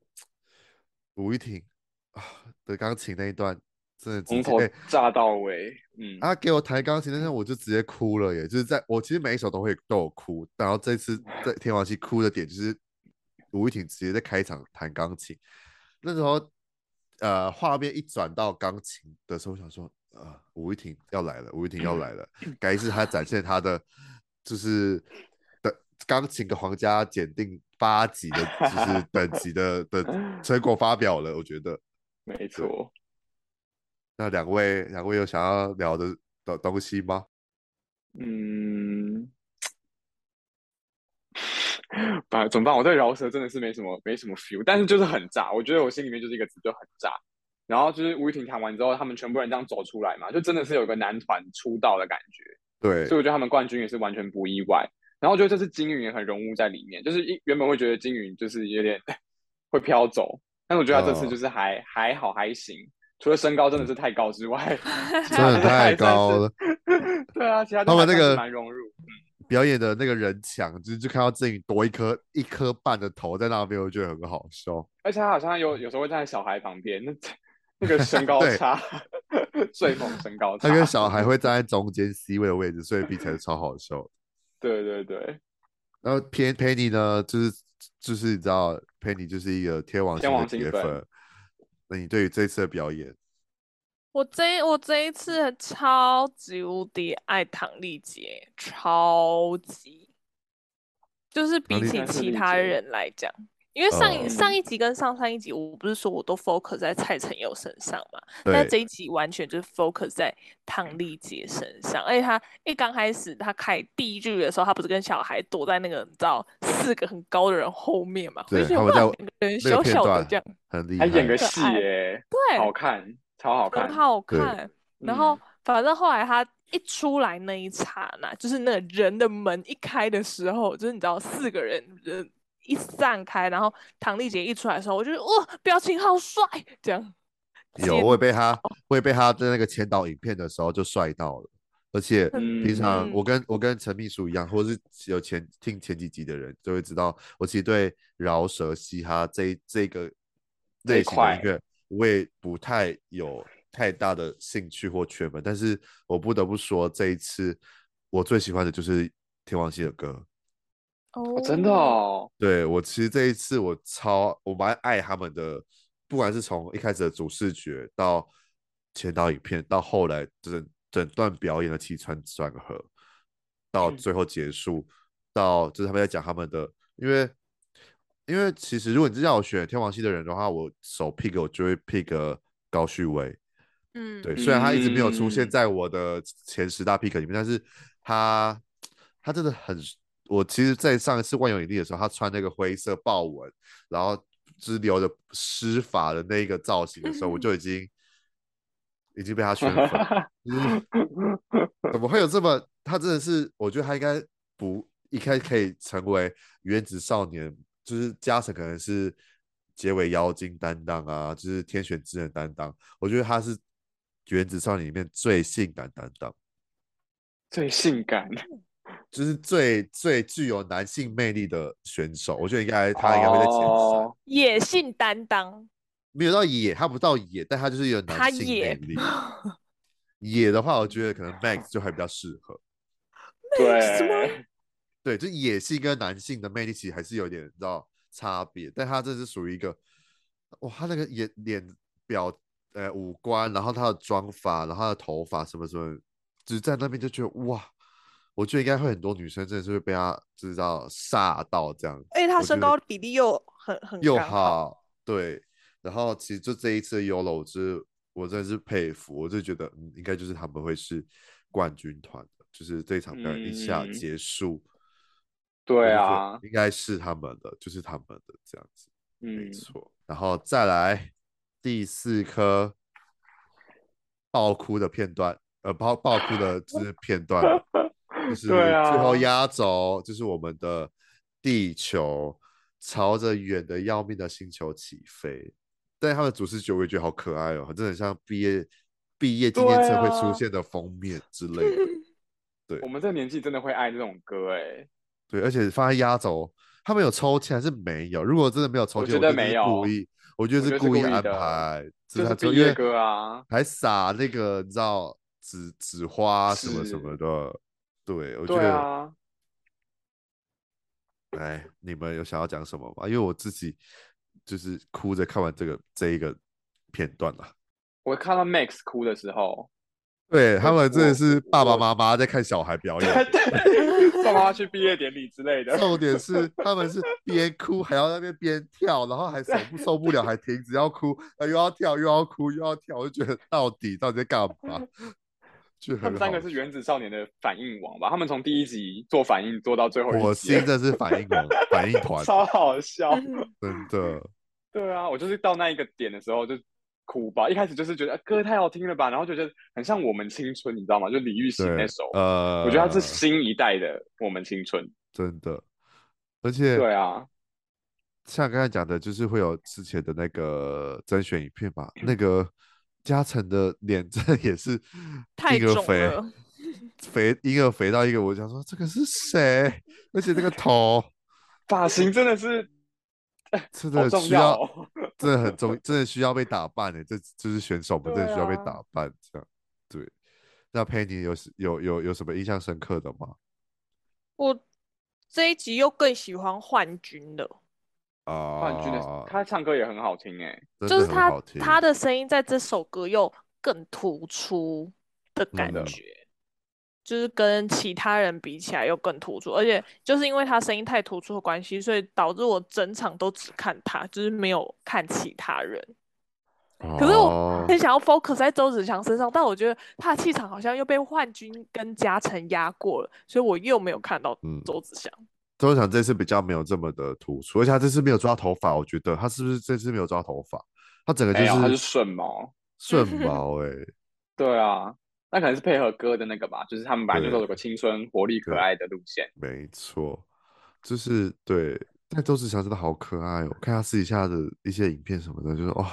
吴玉婷啊的钢琴那一段真的直
从
接
头
哎
炸到尾，嗯，
他啊给我弹钢琴那天，我就直接哭了耶！就是在我其实每一首都会都有哭，然后这次在天王星哭的点就是吴玉婷直接在开场弹钢琴，那时候呃画面一转到钢琴的时候，我想说啊吴玉婷要来了，吴玉婷要来了，该是她展现她的就是的钢琴跟皇家检定八级的，就是等级的 的成果发表了，我觉得。
嗯没错。
那两位两位有想要聊的的东西吗？
嗯， 反怎么办？我对饶舌真的是没什么没什么 feel，但是就是很炸。我觉得我心里面就是一个字，就很炸。然后就是吴雨婷弹完之后，他们全部人这样走出来嘛，就真的是有一个男团出道的感觉。
对
所以，我觉得他们冠军也是完全不意外。然后我觉得这次金云也很融入在里面，就是一原本会觉得金云就是有点 会飘走，但是我觉得他这次
嗯
就是还、还好还行，除了身高真的是太高之外， 其
真
他
的
都还
太
算
高
是
了。
对啊，其他
嗯他
都
们
还
那
算
个
是蛮融入，
表演的那个人墙，就是就看到郑宇多一颗一颗半的头在那边，我觉得很好笑。
而且他好像有有时候会站在小孩旁边，那 那个身高
对
差，最猛身高差，
他跟小孩会站在中间 C 位的位置，所以比起来超好笑的。
对对对，
然后偏 Penny 呢，就是就是你知道，Penny 就是一个天王
天王
星
星
的铁
粉
粉。那你对于这次的表演，
我这一我这一次超级无敌爱唐丽杰，超级，就是比
丽
起
杰是
其
丽
他
杰
人来讲，因为上一
哦
上一集跟上上一集，我不是说我都 focus 在蔡成佑身上嘛，但这
对
一集完全就是 focus 在唐丽杰身上，而且他一刚开始他开第一句的时候，他不是跟小孩躲在那个你知道四个很高的人后面嘛，我
对
就觉得
他们在
哇，两个人
那个
小
片
小的
段
这样，
很厉害，
还演个
可
戏
爱
耶，
对，
好看，超好看
很，好
对
看。然后
嗯
反正后来他一出来那一刹那，就是那个人的门一开的时候，就是你知道四个人人一散开，然后唐丽姐一出来的时候，我就觉得哇，表情好帅，这样。
有我也被他，我也被他在那个前导影片的时候就帅到了。而且
嗯
平常
嗯
我跟我跟陈秘书一样，或是有前听前几集的人就会知道，我其实对饶舌、嘻哈这一这个
这一
类型的音
块
乐，我也不太有太大的兴趣或圈粉。但是我不得不说，这一次我最喜欢的就是天王星的歌。
哦
哦真的哦，
对，我其实这一次我超我蛮爱他们的，不管是从一开始的主视觉到前导影片，到后来整整段表演的起承转合，到
嗯
最后结束，到就是他们在讲他们的，因为因为其实如果你是让我选天王星的人的话，我首 pick 我就会 pick 高旭威，
嗯，
对，虽然他一直没有出现
嗯
在我的前十大 pick 里面，但是他他真的很，我其实，在上一次万有引力的时候，他穿那个灰色豹纹，然后支流的施法的那个造型的时候，我就已经已经被他圈粉了，就是怎么会有这么？他真的是，我觉得他应该不应该可以成为原子少年，就是嘉诚可能是结尾妖精担当啊，就是天选之人担当。我觉得他是原子少年里面最性感担当，
最性感，
就是最最具有男性魅力的选手。我觉得应该他应该会在前三，
哦
野性担当，
没有到野，他不到野，但他就是有男
他
性
野
魅力。野的话，我觉得可能 Max 就还比较适合。
什么
对，
对，就野性跟男性的魅力其实还是有点你知道差别，但他这是属于一个，哇，他那个眼脸表呃五官，然后他的妆发，然后他的头发什么什么，就是在那边就觉得哇，我觉得应该会很多女生真的是会被他知道煞到这样，
而且他
我觉
身
得
高比例又很
嗯
很
又
刚 好，
好对，然后其实就这一次的 YOLO，我是我真的是佩服，我就觉得嗯，应该就是他们会是冠军团的，就是这一场表演一下
嗯
结束。我
对
就觉
啊
得，应该是他们的，就是他们的这样子，没
嗯，
错。然后再来第四颗爆哭的片段，呃，爆爆哭的就是片 段了，就是
对啊
最后压轴，就是我们的地球朝着远的要命的星球起飞。但他们的主视觉我也觉得好可爱哦，真的很像毕业毕业纪念册会
对啊
出现的封面之类的。
我们这个年纪真的会爱这种歌哎，
对，而且放在压轴，他们有抽签还是没有？如果真的没有抽
我
签，
觉得
真的是
没
故
有
意，我觉得
我
是
觉得是
故意
故意
安
的
排，
这
他
是
就
毕
因
业
为
歌啊，
还撒那个你知道纸纸花什么什么
是
的。对，我觉
对
得，
啊，
哎，你们有想要讲什么吗？因为我自己就是哭着看完这个这一个片段啊了。
我看到 Max 哭的时候，
对他们真的
我
是爸爸
我
妈妈在看小孩表演，
对，爸妈去毕业典礼之类 的，
重点是他们是边哭还要在那边边跳，然后还手不受不了，还停止要哭，呃又要跳又要哭又要跳，我就觉得到底到底在干嘛？就
他
很
们三
好
个是原子少年的反应王吧？他们从第一集做反应做到最后
我
一集
心，的是反应王，反应团，
哎 超好笑。
嗯
真的。
对啊，我就是到那一个点的时候就哭吧。一开始就是觉得、啊歌太好听了吧，然后就觉得很像我们青春，你知道吗？就李玉玺
对
那首，，
呃，
我觉得他是新一代的我们青春。
真的，而且
对啊，
像刚才讲的，就是会有之前的那个甄选影片吧，那个嘉诚的脸真的也是
太
婴儿
肿
肥
了，
肥婴儿肥到一个，我想说这个是谁？而且这个头
发型真的是
真
好
的
重
需要，
哦。
真的很重，真的需要被打扮欸的，这就是选手们真的需要被
对啊
打扮这样。对，那佩妮有有有有什么印象深刻的吗？
我这一集又更喜欢幻君了，
啊，
冠军的，他唱歌也很好听哎、
真
就
的
是
很
他
好听
他的声音在这首歌又更突出的感
的
觉，就是跟其他人比起来又更突出，而且就是因为他声音太突出的关系，所以导致我整场都只看他，就是没有看其他人。可是我
哦
很想要 focus 在周子强身上，但我觉得他的气场好像又被幻君跟嘉诚压过了，所以我又没有看到
嗯
周子强。
周翔这次比较没有这么的突出，而且他这次没有抓头发，我觉得他是不是这次没有抓头发？他整个
没有，哎他
就是
顺毛。
顺毛哎、
对啊，那可能是配合歌的那个吧，就是他们本来就
对
都有个青春、活力、可
对
爱的路线。
没错，就是对。但周志强真的好可爱哦，看他私底下的一些影片什么的，就是哇，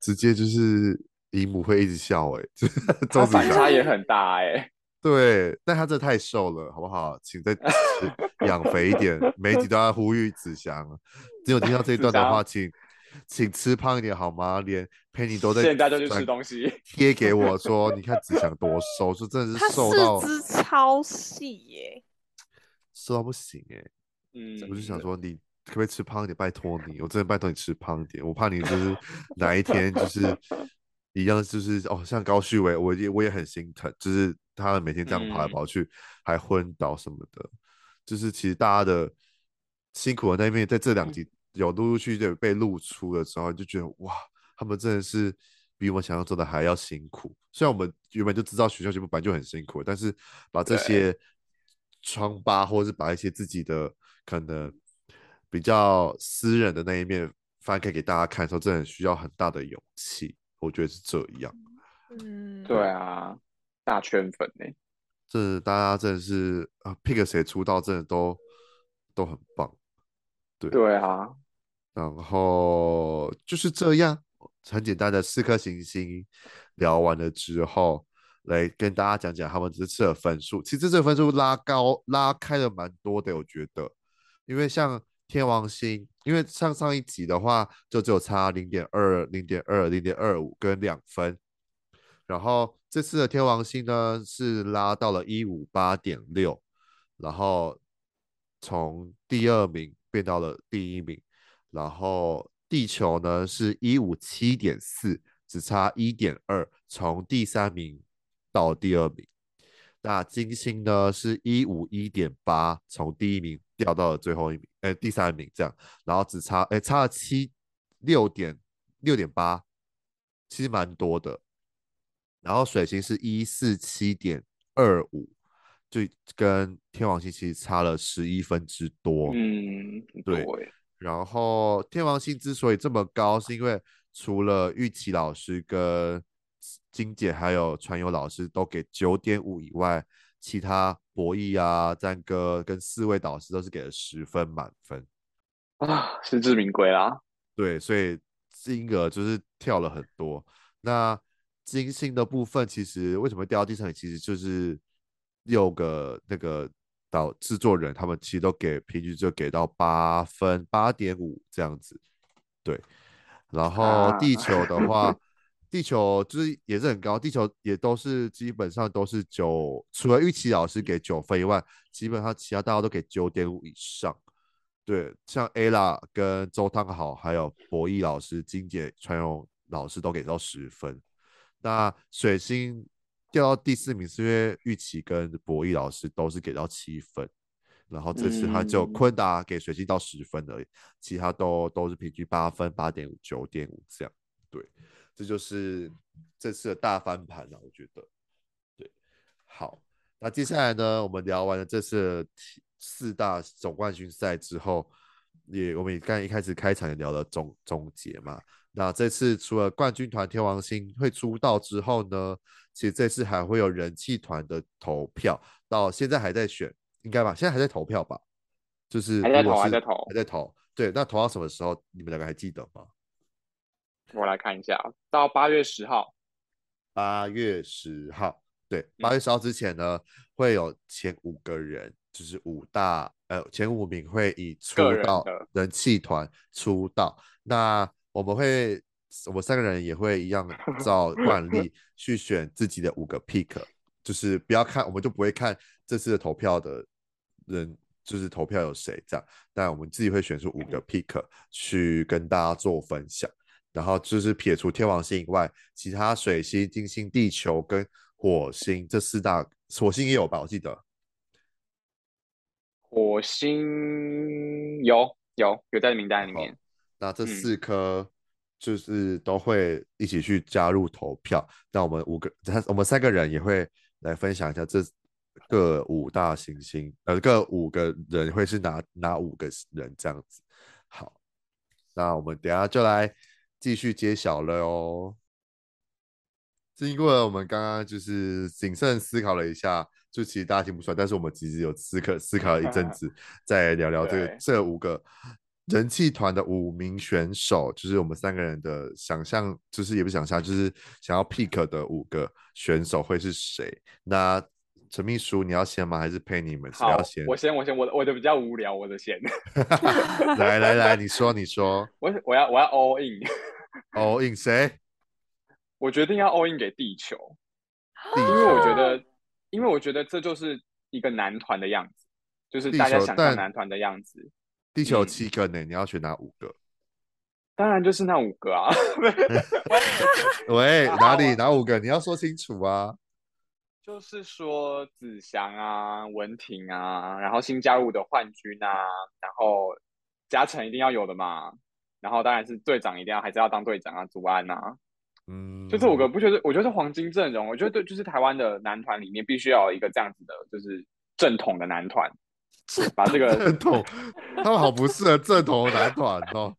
直接就是姨母会一直笑哎、欸，
他
周子
反差
祥
也很大哎、
对，但他真的太瘦了，好不好？请再吃养肥一点，每一集都要呼吁子祥。只有听到这一
子
段的
祥
话，请请吃胖一点好吗？连佩妮都在
现在就去
转
吃东西，
贴给我说，你看子祥多瘦，说真的
他
是瘦到
四肢超细耶、
瘦到不行哎、
嗯，
我就想说，你可不可以吃胖一点？拜托你，我真的拜托你吃胖一点，我怕你 就是哪一天就是一样，就是哦，像高旭伟，我也我也很心疼，就是他每天这样跑来
嗯
跑去，还昏倒什么的，就是其实大家的辛苦的那一面，在这
嗯
两集有陆陆续续地被露出的时候，就觉得哇，他们真的是。比我们想象中的还要辛苦。虽然我们原本就知道选秀节目本来就很辛苦，但是把这些疮疤，或者是把一些自己的可能比较私人的那一面翻开给大家看的时候，真的很需要很大的勇气。我觉得是这样，
嗯，
对啊，大圈粉哎、
这大家真的是啊，pick 谁出道真的都都很棒。
对啊，
哦然后就是这样，很简单的四颗行星聊完了之后，来跟大家讲讲他们这次的分数。其实这次的分数拉高拉开了蛮多的，我觉得，因为像天王星，因为上上一集的话就只有差零点二、零点二、零点二五跟两分，然后这次的天王星呢是拉到了一五八点六，然后从第二名变到了第一名。然后地球呢是一五七点四，只差一点二，从第三名到第二名。那金星呢是一五一点八，从第一名掉到了最后一名，哎，第三名这样，然后只差哎差了七六点六点八，其实蛮多的。然后水星是一四七点二五，就跟天王星其实差了十一分之多。
嗯，
对
对
然后天王星之所以这么高，是因为除了玉琪老师跟金姐还有传友老师都给九点五以外，其他博弈啊、赞哥跟四位导师都是给了十分满分。
啊，实至名归啦，
对，所以金额就是跳了很多。那金星的部分，其实为什么会掉到第三名，其实就是六个那个导制作人，他们其实都给平均就给到八分，八点五这样子。对，然后
啊
地球的话，地球就是也是很高，地球也都是基本上都是九，除了玉琪老师给九分以外，基本上其他大家都给九点五以上。对，像 ella 跟周汤豪，还有博弈老师、金姐、传勇老师都给到十分。那水星掉到第四名，是因为玉琪跟博弈老师都是给到七分，然后这次他就
嗯
昆达给水星到十分而已，其他都都是平均八分、八点五、九点五这样。对，这就是这次的大翻盘了、我觉得。对，好，那接下来呢，我们聊完了这次的体四大总冠军赛之后，也我们也刚才一开始开场也聊了总总结嘛。那这次除了冠军团天王星会出道之后呢，其实这次还会有人气团的投票，到现在还在选，应该吧？现在还在投票吧？就是
还在
如果
投还
是
在投
还在投。对，那投到什么时候？你们两个还记得吗？
我来看一下，到八月十号，
八月十号，对，
嗯
八月十号之前呢，会有前五个人，就是五大呃前五名会以出
个人
道
的
人气团出道。那我们会，我们三个人也会一 样照惯例去选自己的五个 pick，就是不要看，我们就不会看这次的投票的人，就是投票有谁这样，但我们自己会选出五
嗯
个 pick 去跟大家做分享。然后就是撇除天王星以外，其他水星、金星、地球跟火星这四大，火星也有吧？我记得
火星有有有在名单里面，
那这
嗯
四颗就是都会一起去加入投票。那我们五个，我们三个人也会来分享一下这各五大行星，呃，各五个人会是哪哪五个人这样子。好，那我们等一下就来继续揭晓了哦。经过了我们刚刚就是谨慎思考了一下，就其实大家听不出来，但是我们其实有思考思考了一阵子，再聊聊这个
对
这五个人气团的五名选手，就是我们三个人的想象，就是也不想象，就是想要 pick 的五个选手会是谁？那陈秘书你要先吗？还是陪你们谁
好
要先，？
我先，我先，我的我的比较无聊，我的先，
来来来，你说你说
我我要我要 all in，
，all in 谁？
我决定要 all in 给地球，
地
因为我觉
球，
得，因为我觉得这就是一个男团的样子，就是
地
大家
球
想
但
象男团的样子。
地球有
嗯
七个呢，你要选哪五个？
当然就是那五个啊，
喂，
啊
哪里
我
哪五个？你要说清楚啊！
就是说子祥啊、文婷啊，然后新加入的焕君啊，然后嘉诚一定要有的嘛，然后当然是队长一定要还是要当队长啊，祖安啊，
嗯，
就这五个，不觉得？我觉得是黄金阵容，我觉得对，就是台湾的男团里面必须要有一个这样子的，就是正统的男团，把这 个
正统， 他们好不适合正统的男团哦。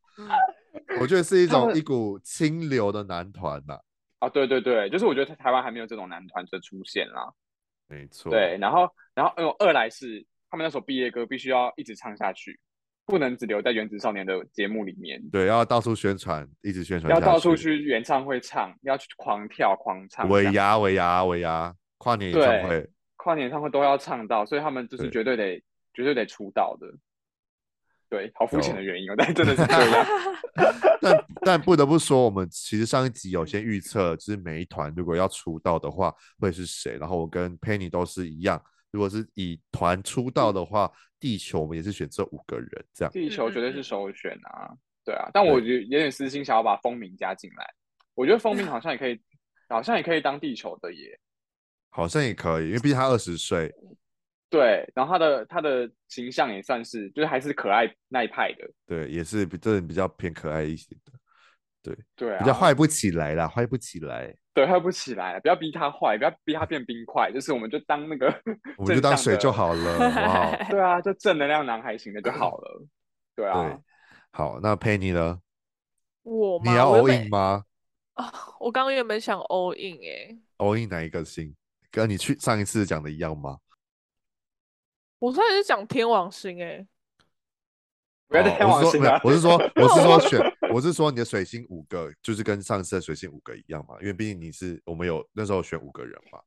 我觉得是一
他
种
们
一股清流的男团呐、
啊，对对对，就是我觉得台湾还没有这种男团的出现啦。
没错，
对，然后然后呃，二来是他们那首毕业歌必须要一直唱下去，不能只留在原子少年的节目里面，
对，要到处宣传，一直宣传，
要到处。去演唱会唱，要去狂跳狂唱这
尾
样，
牙，尾牙，尾牙，跨年演唱会
对，跨年演唱会都要唱到，所以他们就是
对
绝对得绝对得出道的。对，好肤浅
有
的原因哦，但真的是这样。
但但不得不说，我们其实上一集有些预测，就是每一团如果要出道的话会是谁。然后我跟 Penny 都是一样，如果是以团出道的话，地球我们也是选这五个人这样。
地球绝
嗯
对
嗯
是首选啊，对啊，但我觉得有点私心，想要把风鸣加进来。我觉 得风鸣好像也可以，好像也可以当地球的耶。
好像也可以，因为毕竟他二十岁，
对，然后他的他的形象也算是，就是还是可爱那一派的。
对，也是比这人比较偏可爱一些的，
对啊，
比较坏，不起来啦，坏不起来，
对，坏不起来，不要逼他坏，不要逼他变冰块，就是我们就当 那个
我们就
正
当
向
水就
的。
好了，哦好不好？
对啊，就正能量男孩型的就好了。对啊，
对，好，那 Penny 呢？
我
你
吗
要 all
我原本
in 吗
啊，我刚刚原本想 all in 哎、
？all in 哪一个星？跟你去上一次讲的一样吗？
我上次是讲天王星哎、
不要再天
哦
王
我是
星
说没
了，
有，我是说，我是说选，我是说你的水星五个，就是跟上次的水星五个一样嘛，因为毕竟你是我们有那时候选五个人嘛，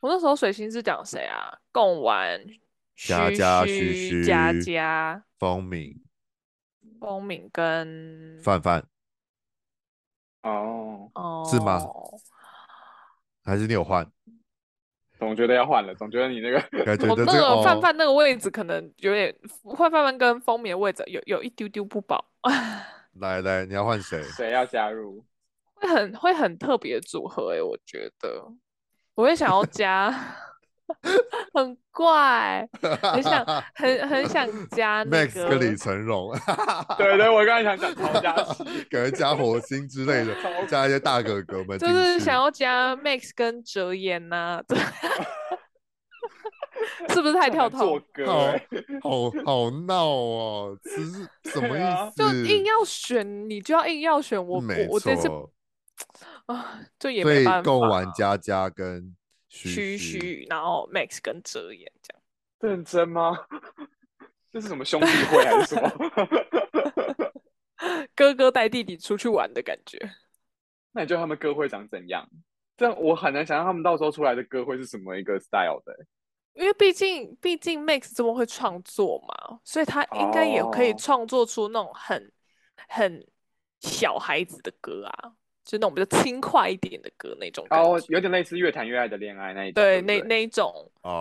我那时候水星是讲谁啊？贡丸、
佳
虚
佳、
虚
虚虚、
佳佳、
风鸣、
风敏跟
范范，
哦，
哦
是吗还是你有换？
总觉得要换了，总觉得你那个
感觉
我
得
那
这个
个范
哦
范那个位置可能有点，范范范跟风敏的位置有有一丢丢不保，
哦来来，你要换谁？
谁要加入？
会很会很特别的组合诶、欸我觉得我会想要加， 很 怪，很想很很想加那
Max
个
跟李成荣，
对对，我刚才想讲曹佳琪，
可能加火星之 类的
超，
加一些大哥哥们
就
进
是
去
想要加 Max 跟哲言呐、这是不是 太跳
想做
脱？
歌
好
欸，
好好闹哦，这是什么
对
意
啊
思？
就硬要选，你就要硬要选我，
没
我我这次
错，
啊，就也
所
没
以
办
共
法。
玩佳佳跟
区
虚虚，
区，然后 Max 跟哲言这样。
认真吗？ 这是什么兄弟会还是什么？
哥哥带弟弟出去玩的感觉，
那你觉得他们歌会长怎样？这样我很难想象他们到时候出来的歌会是什么一个 style 的欸、
因为毕竟毕竟 Max 这么会创作嘛，所以他应该也可以
哦
创作出那种很很小孩子的歌啊，就那种比较轻快一点的歌那种感
哦，
觉。
有点类似越谈越爱的恋爱那一种。
对，
对，
那
不对
那一种，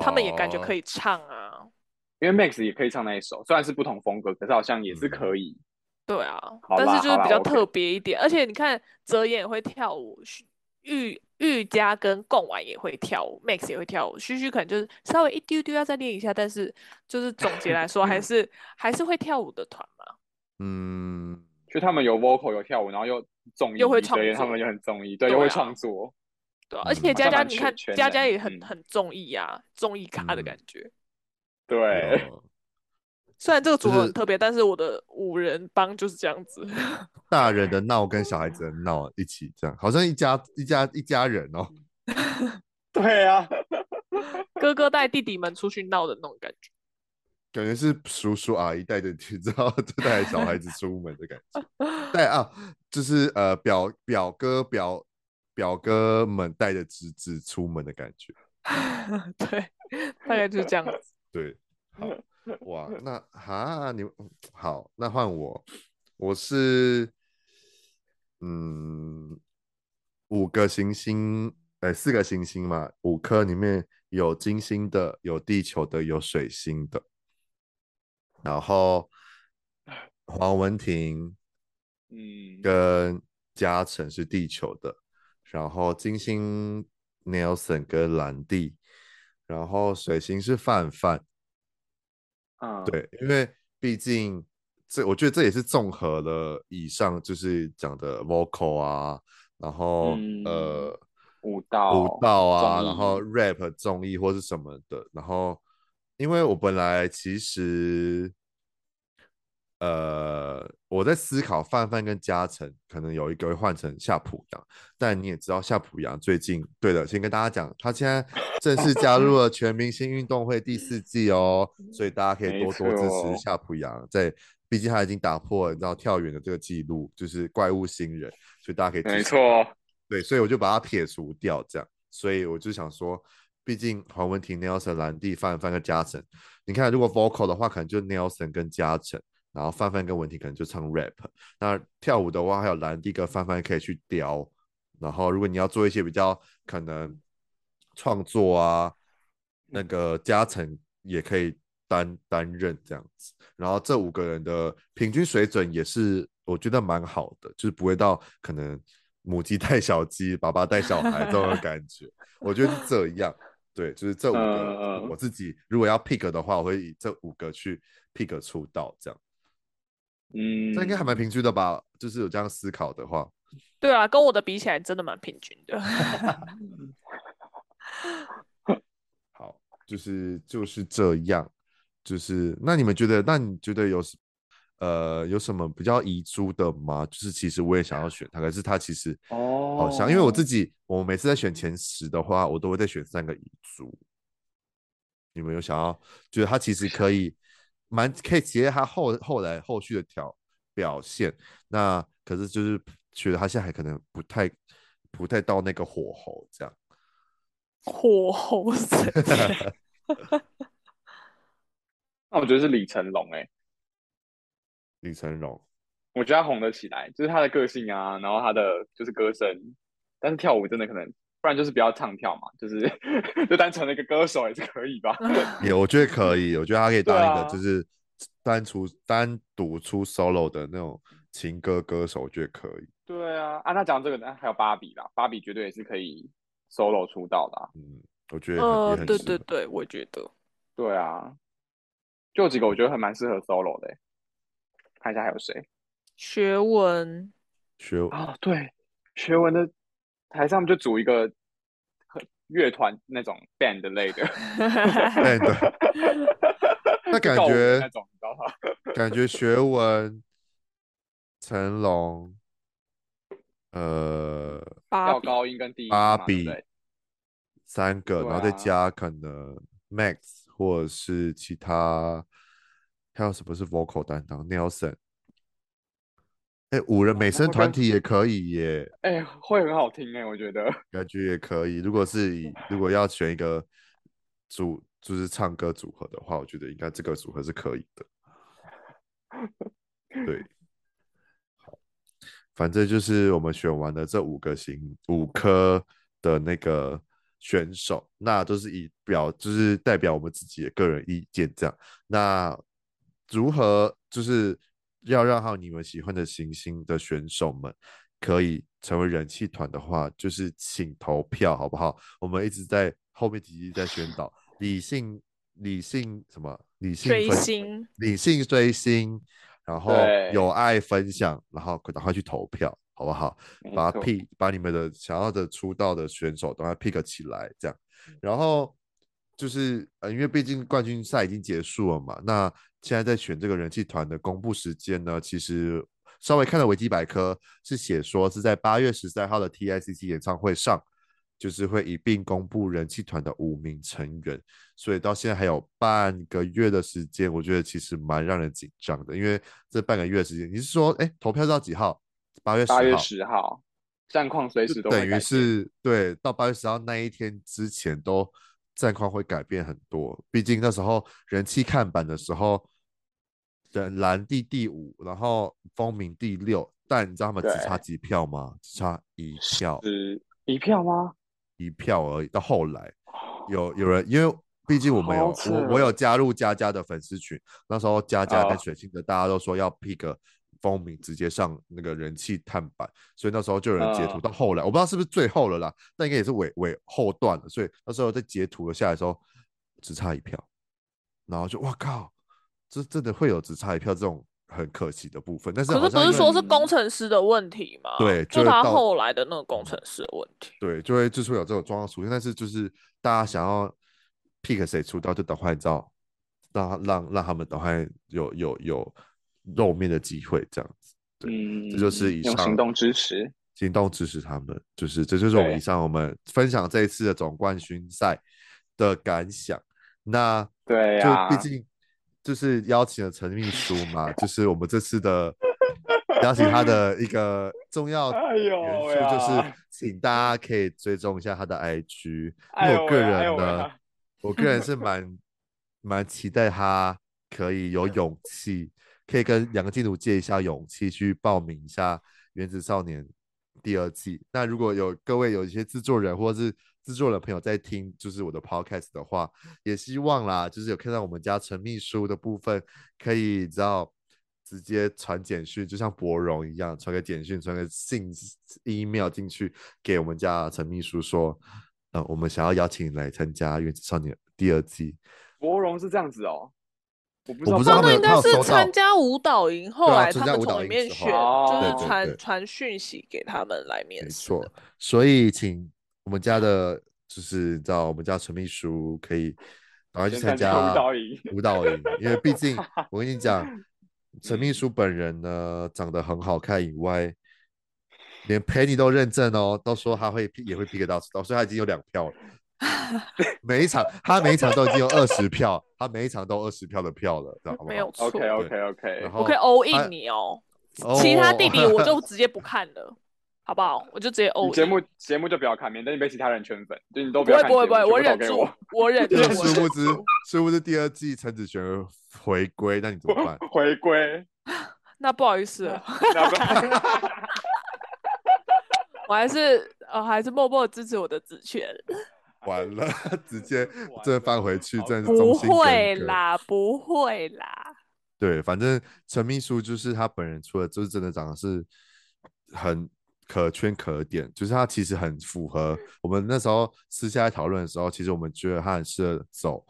他们也感
哦
哦
觉可以唱啊。
因为 Max 也可以唱那一首，虽然是不同风格，可是好像也
嗯
是可以。
对啊，
好
但
啦
是就是
好
比
啦
较
，OK
特别一点，而且你看泽言也会跳舞，徐玉玉佳跟贡丸也会跳舞，Max 也会跳舞，旭旭可能就是稍微一丢丢要再练一下，但是就是总结来
嗯
说还是还是会跳舞的团嘛。
嗯，
就他们有 vocal 有跳舞，然后又综艺，
又会
所以
创作
他们又很综艺，对，
对
又会
啊
创作。
对啊，而
嗯
且佳
好像
佳，
蛮
你
全
看
全
佳佳
能
也很
嗯
很综艺啊，综艺咖的
嗯
感觉。
对，
有
虽然这个组合
是
很特别，但是我的五人帮就是这样子。
大人的闹跟小孩子的闹一起这样，好像一家一家一家人哦。
对啊，
哥哥带弟弟们出去闹的那种感觉。
感觉是叔叔阿姨带着， 你知道，就带着小孩子出门的感觉。带啊，就是呃表表哥表表哥们带着侄子出门的感觉。
对，大概就是这样子。
对，好哇，那哈你好，那换我，我是嗯五个行星，呃四个行星嘛，五颗里面有金星的，有地球的，有水星的。然后黄文婷，
嗯，
跟嘉诚是地球的，然后金星 Nelson 跟兰蒂，然后水星是范范，
嗯，
对，因为毕竟这我觉得这也是综合了以上就是讲的 vocal 啊，然后、
嗯
呃
舞蹈
舞蹈啊，
综
然
艺
后 rap 综艺或是什么的，然后因为我本来其实，呃，我在思考范范跟嘉诚可能有一个会换成夏普阳，但你也知道夏普阳最近，对了，先跟大家讲，他现在正式加入了全明星运动会第四季哦，所以大家可以
没
多多支持
错哦
夏普阳，在毕竟他已经打破了你知道跳远的这个记录，就是怪物新人，所以大家可以支持
没错，哦
对，所以我就把它撇除掉，这样。所以我就想说，毕竟黄文婷、Nelson、兰蒂、范范跟嘉诚，你看如果 vocal 的话，可能就 Nelson 跟嘉诚，然后范范跟文婷可能就唱 rap。那跳舞的话，还有兰蒂跟范范可以去雕。然后如果你要做一些比较可能创作啊，那个嘉诚也可以担担任这样子。然后这五个人的平均水准也是我觉得蛮好的，就是不会到可能母鸡带小鸡，爸爸带小孩这种的感觉。 我觉得是这样，对，就是这五
嗯
个
嗯
我自己如果要 pick 的话，我会以这五个去 pick 出道，这样
嗯，
这应该还蛮平均的吧？就是有这样思考的话，
对啊，跟我的比起来，真的蛮平均的。
好，就是就是这样，就是那你们觉得，那你觉得有什呃有什么比较遗珠的吗？就是其实我也想要选他，可是他其实
哦，
好像、因为我自己，我每次在选前十的话，我都会再选三个遗珠。你们有想要觉得他其实可以蛮可以结合他后后来后续的条表现，那可是就是觉得他现在还可能不太不太到那个火候这样。
火候 神
那我觉得是李成龙哎、
李成龙，
我觉得他红得起来，就是他的个性啊，然后他的就是歌声，但是跳舞真的可能，不然就是不要唱跳嘛，就是 就单纯的一个歌手也是可以吧。
也我觉得可以，我觉得他可以当一个
对啊
就是单出单独出 solo 的那种情歌歌手，我觉得可以。
对啊，啊，那讲这个呢，还有芭比啦，芭比绝对也是可以 solo 出道的啊、
嗯，我觉得很也
哦
呃，
很
对
适
对
合
对，我觉得
对啊，就有几个我觉得还蛮适合 solo 的欸、看一下还有谁
学文
学
啊、对，学文的台上就组一个乐团那种 band 类的，
哎对对， 那感
告五
觉
那种，你知道吗？
感觉学文、成龙、呃
芭
要
比，
高音跟低音
芭
嘛对
比
不对
三个，
对
然后再
啊
加可能 Max 或者是其他，还有什么是 vocal 担当 Nelson？哎，五人
哇
美
哦那
声
会
团
跟
体也可以耶，
哎、会很好听哎、我觉得。
感觉也可以。如果是以如果要选一个组，就是唱歌组合的话，我觉得应该这个组合是可以的。 对，好，反正就是我们选完了这五个行五科的那个选手，那都是以表就是代表我们自己的个人意见这样。那如何就是要让好你们喜欢的行星的选手们可以成为人气团的话，就是请投票好不好？我们一直在后面几集在宣导理性、理性什么理性
追
分、
星，
理性追星，然后
对
有爱分享，然后赶快去投票好不好？
没
把它
错
pick 把你们的想要的出道的选手都要 pick 起来，这样。
嗯
然后就是呃，因为毕竟冠军赛已经结束了嘛，那现在在选这个人气团的公布时间呢，其实稍微看了维基百科是写说是在八月十三号的 TICC 演唱会上，就是会一并公布人气团的五名成员，所以到现在还有半个月的时间，我觉得其实蛮让人紧张的，因为这半个月的时间，你是说，哎，投票到几号？八月十号。
八月十号，战况随时都会
等于
改
是对，到八月十号那一天之前都战况会改变很多，毕竟那时候人气看板的时候，人蓝地第五，然后风鸣第六，但你知道他们只差几票吗？只差一票，
是一票吗？
一票而已。到后来
哦
有有人，因为毕竟我们有
好扯
我我有加入佳佳的粉丝群，那时候佳佳跟
哦
水星的大家都说要 pick 风鸣直接上那个人气探板，所以那时候就有人截图。
嗯
到后来我不知道是不是最后了啦，但应该也是尾尾后段了，所以那时候在截图了下来的时候，只差一票，然后就哇靠，这真的会有只差一票这种很可惜的部分。但是
可
好
是
像
不是
因为
说是
嗯
工程师的问题吗？
对就
就是他
到
后来的那个工程师的问题。
对，就会就是会有这种状况出现。但是就是大家想要 pick 谁出道，就等换照，让他让让他们等换有有有露面的机会，这样子。对
嗯，
这就是以
用
上
行动支持。
行动支持他们，就是这就是我们
对
以上我们分享这一次的总冠军赛的感想。那
对啊
就
呀、
毕竟就是邀请了陈秘书嘛，就是我们这次的邀请他的一个重 要
哎呦
元素
喂啊
就是，请大家可以追踪一下他的 IG。因
哎
为
呦
我个
喂啊哎
人
呦喂
呢
啊，
我个人 是蛮蛮期待他可以有勇气，可以跟杨静茹借一下勇气去报名一下《原子少年》第二季。那如果有各位有一些制作人或是制作人朋友在听，就是我的 podcast 的话，也希望啦，就是有看到我们家陈秘书的部分，可以你知道直接传简讯，就像博荣一样，传个简讯，传个信 email 进去给我们家陈秘书说，呃，我们想要邀请你来参加《原子少年》第二季。
国荣是这样子哦，我不知
我不
道国
知道
荣，
那
他们有
应该
他有收
是
到
参加舞蹈营，后
对啊
来
参
他
加
们
舞蹈
从里
营
面
之后
选，
对
就
对
是传
对
传讯息给他们来面
没
试的。
错，所以请我们家的，就是你知道我们家陈秘书可以赶快去
先
参
参加
加
舞蹈营
舞蹈营，因为毕 竟我跟你讲，陈
嗯
秘书本人呢长得很好看以外，连 Penny 都认证哦，都说他会也会 pick 到出道，所以他已经有两票了。 每一场他每一场都已经有二十票，他每一场都二十票的票了， 知道吗？
没有错
OK OK OK，
然后
我可以 all
他
in 你哦，
啊哦
其他弟弟我 就直接不看了，好不好？我就直接 all
你
in。
节目节目就不要看，免得你被其他人圈粉。就你都
不
要
会
看
不会
节
不会，
目
我
全
忍
部投给
住
我，
我 忍住我
但，殊
忍
不知
住。，
殊不知第二季陈子璇回归，那你怎么 办？
回归。
那不好意思了，
那 不
我还是呃还是默默支持我的子权。
完了， 直接
完了
正翻回去，
好
真的是
不
忠心耿
会
耿。
啦，不会 啦。
对，反正陈秘书就是他本人，除了就是真的长得是很可圈可点，就是他其实很符合我们那时候私下在讨论的时候，其实我们觉得他很适合走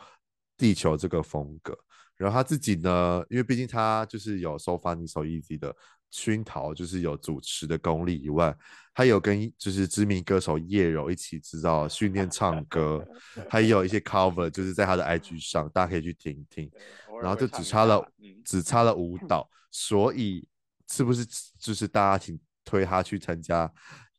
地球这个风格。然后他自己呢，因为毕竟他就是有 So Funny So Easy 的熏陶，就是有主持的功力以外，他有跟就是知名歌手叶柔一起知道训练唱歌，还有一些 cover，就是在他的 IG 上，大家可以去听一听。
偶尔
然后
会
就
唱
只
一
差
下
了
啦，嗯，
只差了舞蹈，所以是不是就是大家请推他去参加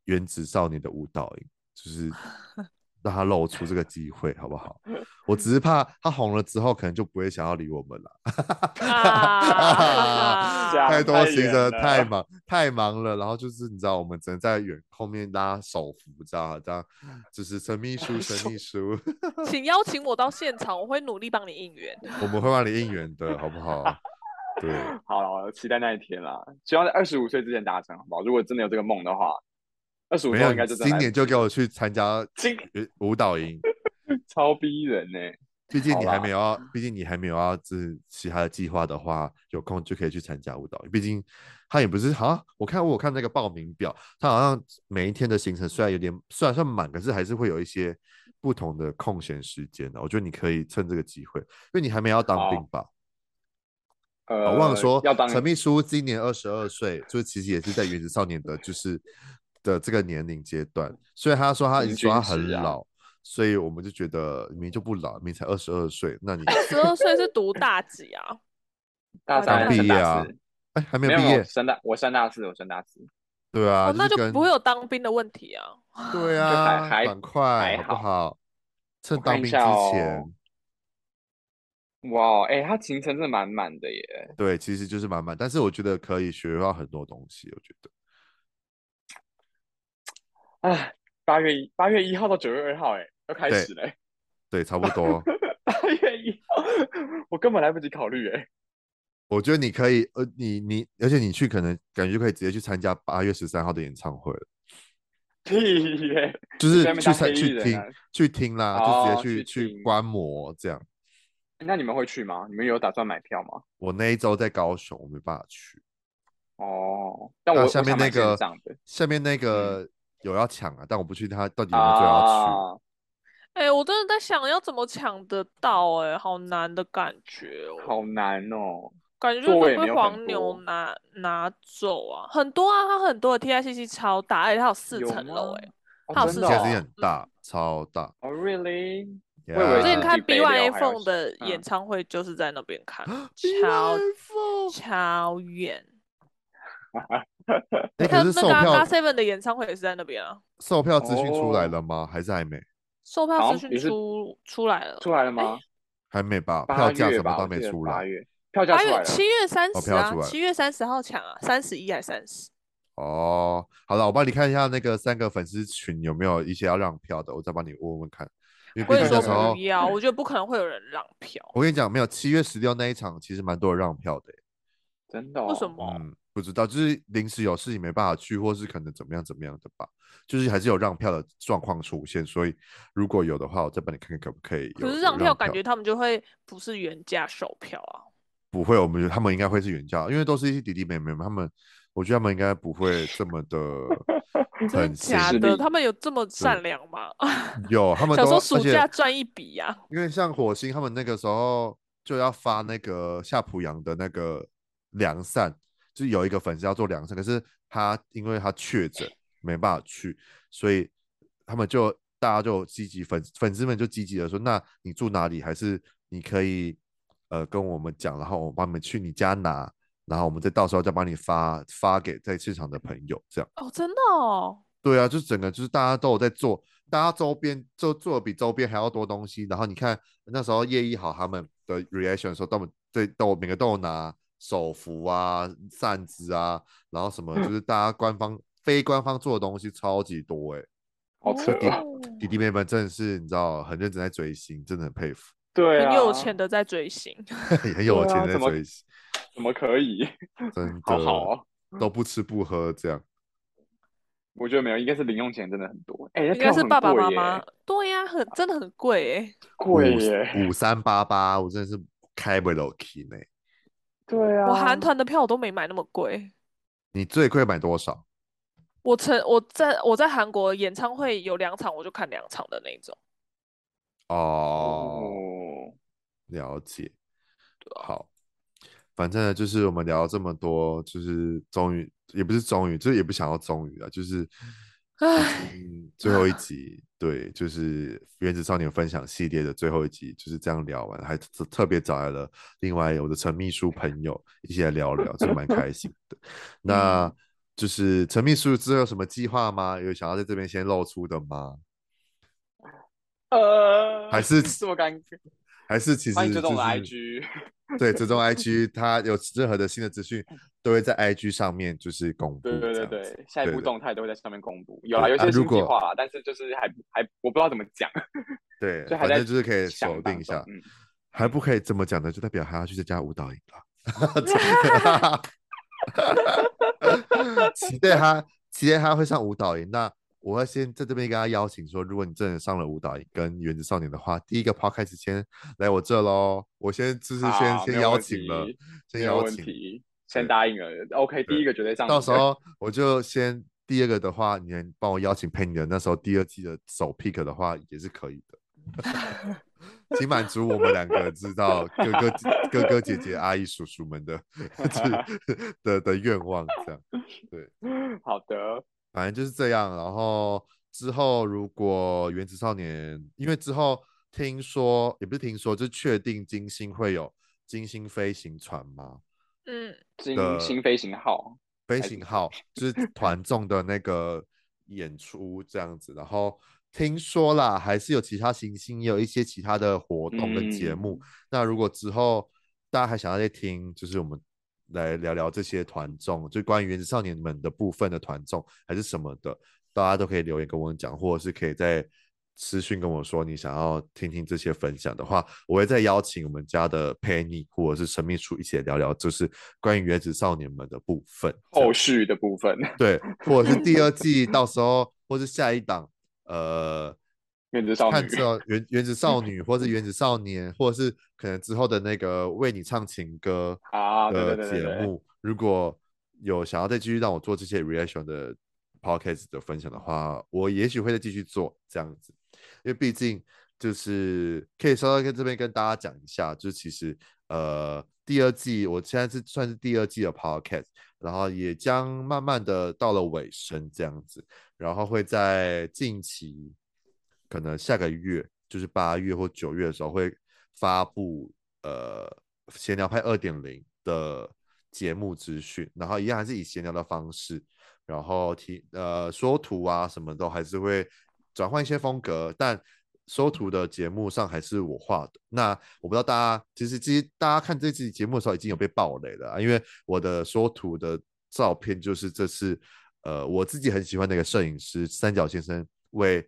原子少年的舞蹈营，就是 让他露出这个机会，好不好？我只是 怕他红了之后，可能就不会想要理我们了。
啊
这样
太多行程，
太远
太
了
忙，太忙了。然后就是你知道，我们只能在远后面拉手扶，这样这样，就是陈秘书，陈秘书，
请邀请我到现场，我会努力帮你应 援。
我们会帮你应援的，好不好？对，
好了，我期待那一天啦，希望在二十五岁之前达成，好不好？如果真的有这个梦的话，二十五
没
岁
有
应该
你
就真的
今年就给我去参加
今
呃舞蹈营，
超逼人呢、
毕竟
好
你还
啦
没有要，毕竟你还没有要是其他的计划的话，有空就可以去参加舞蹈。毕竟他也不是好像我看我有看那个报名表，他好像每一天的行程虽然有点虽然算满，可是还是会有一些不同的空闲时间的。我觉得你可以趁这个机会，因为你还没有要当兵
好
吧？
呃，
我忘了说
要当，
陈秘书今年二十二岁，就是其实也是在原子少年的，就是的这个年龄阶段。虽然他说他已经说他
平
很
均值啊
老，所以我们就觉得明明就不老，明明才二十二岁，那你
十二岁是读大几啊？
大三
刚毕
升
业
大
啊
四，
哎还没
没
有
有
毕
没有
业，
升大，我升大四，我升大四，
对啊，
哦，那
就
就是
跟
不会有当兵的问题啊。
对
还
啊，
还
赶快
还
好不
好
好？趁
我
当
看一
兵之
下哦
前，
哇，哎、他行程是满满的耶。
对，其实就是满满，但是我觉得可以学到很多东西，我觉得。
啊，八月一八月一号到九月二号，哎，要开
对
始嘞。
对，差不 多。
八月一号，我根本来不及考虑，哎，
我觉得你可以，呃，你你，而且你去可能感觉就可以直接去参加八月十三号的演唱会了，
屁耶！
就是
在那边
去
当
参
黑艺
去
人
听
啊
去听啦，就
哦
直接
去
去
听
观摩这样。
那你们会去吗？你们有打算买票吗？
我那一周在高雄，我没办法去。
哦，但我
那
我
下面
想买
那
线
个
上的
下面那个有要抢啊，但我不去，他到底有没有最要去？
啊，
哎、我真的在想要怎么抢得到、哎，好难的感觉哦，
好难哦。
感觉
座
就是
位也
会
没
被
有
黄
很
牛
多
拿拿走啊，很多啊，它很多的 TICC 超大，而且它有四
有
层楼、
吗
哎，
哦
好嗯
真
是
的
现在是
哦
很大，超大。
哦，really？
我
以为
我
对
之前
是
看
比
B
北流
One
还
A
要
Phone 的
嗯啊
演唱会就是在那边看，超
iPhone，
超远。
哎，
还
可
有
是
那
售
个啊
票
g Seven 的演唱会也是在那边啊，
售票资讯出来
哦
了吗？还是还没？
售票
好
资
像也
讯
是
出出来了，
出来了吗？
还没吧？
八
哎票价
月
什么
吧，
都
我
没
记得
出
八
来
月票价
八
出来
月
了，
七月三十
票
啊
出，来了
七月三十号抢啊，三十一还三十？
哦。好了，我帮你看一下那个三个粉丝群有没有一些要让票的，我再帮你问问看。因为
我
毕
跟
竟
你
那
说
时候
不，要，我觉得不可能会有人让票。
哦
我跟你讲，没有七月十六那一场，其实蛮多人让票的欸、
真的
为什
哦。
么？
嗯，不知道，就是临时有事情没办法去，或是可能怎么样怎么样的吧，就是还是有让票的状况出现，所以如果有的话，我再帮你看看可不可以有。
可是
有
让
让
票感觉他们就会不是原价售票啊。
不会，我们觉得他们应该会是原价，因为都是一些弟弟妹妹嘛，他们我觉得他们应该不会这么的
真的
很辛
假
实
的？
力嗯
他们有这么善良吗？
有，他们
想
都
说
而
暑
且
假赚一笔呀、
因为像火星他们那个时候就要发那个夏普阳的那个凉扇，就是有一个粉丝要做凉扇，可是他因为他确诊没办法去，所以他们就大家就积极粉粉丝们就积极的说，那你住哪里？还是你可以呃跟我们讲，然后我帮你们去你家拿，然后我们再到时候再帮你发发给在现场的朋友这样。
哦，真的哦，
对啊，就是整个就是大家都有在做，大家周边就做的比周边还要多东西。然后你看那时候叶一好他们的 reaction 的时候，他们对都有每个都有拿手幅啊、扇子啊，然后什么
嗯
就是大家官方非官方做的东西超级多哎、
好扯啊！
哦
弟弟妹们真的是你知道很认真在追星，真的很佩服，
对啊，
很有钱的在追星，
很有
对啊
钱在
怎么
追星，
怎么可以？
真的
好好哦，
都不吃不喝这样。
我觉得没有，应该是零用钱真的很多。哎，那
应
票
该是
很
爸爸
贵
妈
耶
妈。对呀、很真的很贵哎、
贵耶！
五五三八八，我真的是开不了欸 key 呢。
对啊，
我韩团的票我都没买那么贵。
你最贵买多少？
我曾我在我在韩国演唱会有两场，我就看两场的那种。
哦。
哦，
了解，好，反正呢，就是我们聊了这么多，就是终于也不是终于，这也不想要终于啊，就是
唉
嗯，最后一集，对，就是《原子少年》分享系列的最后一集，就是这样聊完，还特特别找来了另外我的陈秘书朋友一起来聊聊，这蛮开心的。
嗯
那就是陈秘书之后有什么计划吗？有想要在这边先露出的吗？
呃，
还是
这么尴尬。
还是其实
欢迎追踪
就
我的
是
IG，
对，追踪 IG，它有任何的新的资讯都会在 IG 上面就是公布。
嗯对对
这
对
样子
对，下一
对
步
对
动态都会在上面公布。有啦，
对
有一
啊
些新
如
计
果
划啦，但是就是还还我不知道怎么讲，
对，
就
反
还在
正就是可以
想
锁
当
定一
中
下，
嗯，
还不可以这么讲的，就代表还要去参加舞蹈营了。 期待他，期待他会上舞蹈营。那我要先在这边跟他邀请说，如果你真的上了舞蹈营跟原子少年的话，第一个 podcast 先来我这喽。我先就是先
好
先
没有
邀
问
请了
题，
先
没有
邀
问
请。
题，先
对
答应了。OK，第
对
一个绝对上你的。
到时候我就先第二个的话，你能帮我邀请佩妮的那时候第二季的首 pick 的话也是可以的， 请满足我们两个知道哥哥哥哥姐姐阿姨叔叔们的 的的的愿望这样。
好的，
反正就是这样。然后之后如果原子少年，因为之后听说也不是听说，就确定金星会有金星飞行船吗？
嗯，
金
的
星飞行号
飞行号就是团综的那个演出这样子，然后听说啦，还是有其他行星也有一些其他的活动跟节目。那如果之后大家还想要再听，就是我们来聊聊这些团综，就关于原子少年们的部分的团综还是什么的，大家都可以留言跟我们讲，或者是可以在私讯跟我说你想要听听这些分享的话，我会再邀请我们家的 Penny 或者是神秘书一起来聊聊，就是关于原子少年们的部分，
后续的部分，
对，或者是第二季到时候，或是下一档，呃。
原子少
看
女
之后，原原子少女，或是原子少年，或者是可能之后的那个为你唱情歌
啊，对
的
对对
节
对对，
目，如果有想要再继续让我做这些 reaction 的 podcast 的分享的话，我也许会再继续做这样子，因为毕竟就是可以稍稍跟这边跟大家讲一下，就是其实呃第二季我现在是算是第二季的 podcast，然后也将慢慢的到了尾声这样子，然后会在近期可能下个月就是八月或九月的时候会发布呃闲聊派二点零的节目资讯，然后一样还是以闲聊的方式，然后提呃说图啊什么都还是会转换一些风格，但说图的节目上还是我画的。那我不知道大家其实其实大家看这期节目的时候已经有被爆雷了啊，因为我的说图的照片就是这次呃我自己很喜欢的一个摄影师三角先生为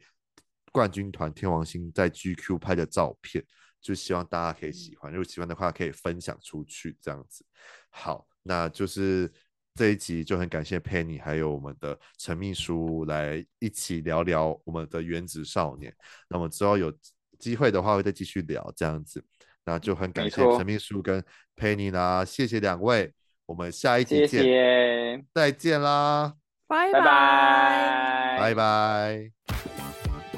冠军团天王星在 GQ 拍的照片。就希望大家可以
嗯
喜欢，如果喜欢的话可以分享出去，这样子。好，那就是这一集就很感谢 Penny 还有我们的陈秘书来一起聊聊我们的原子少年。那么之后有机会的话会再继续聊这样子。那就很感
没
谢
错
陈秘书跟 Penny 啦，谢谢两位，我们下一集见，
谢谢，
再见啦，
拜
拜
拜。
拜
拜，
拜。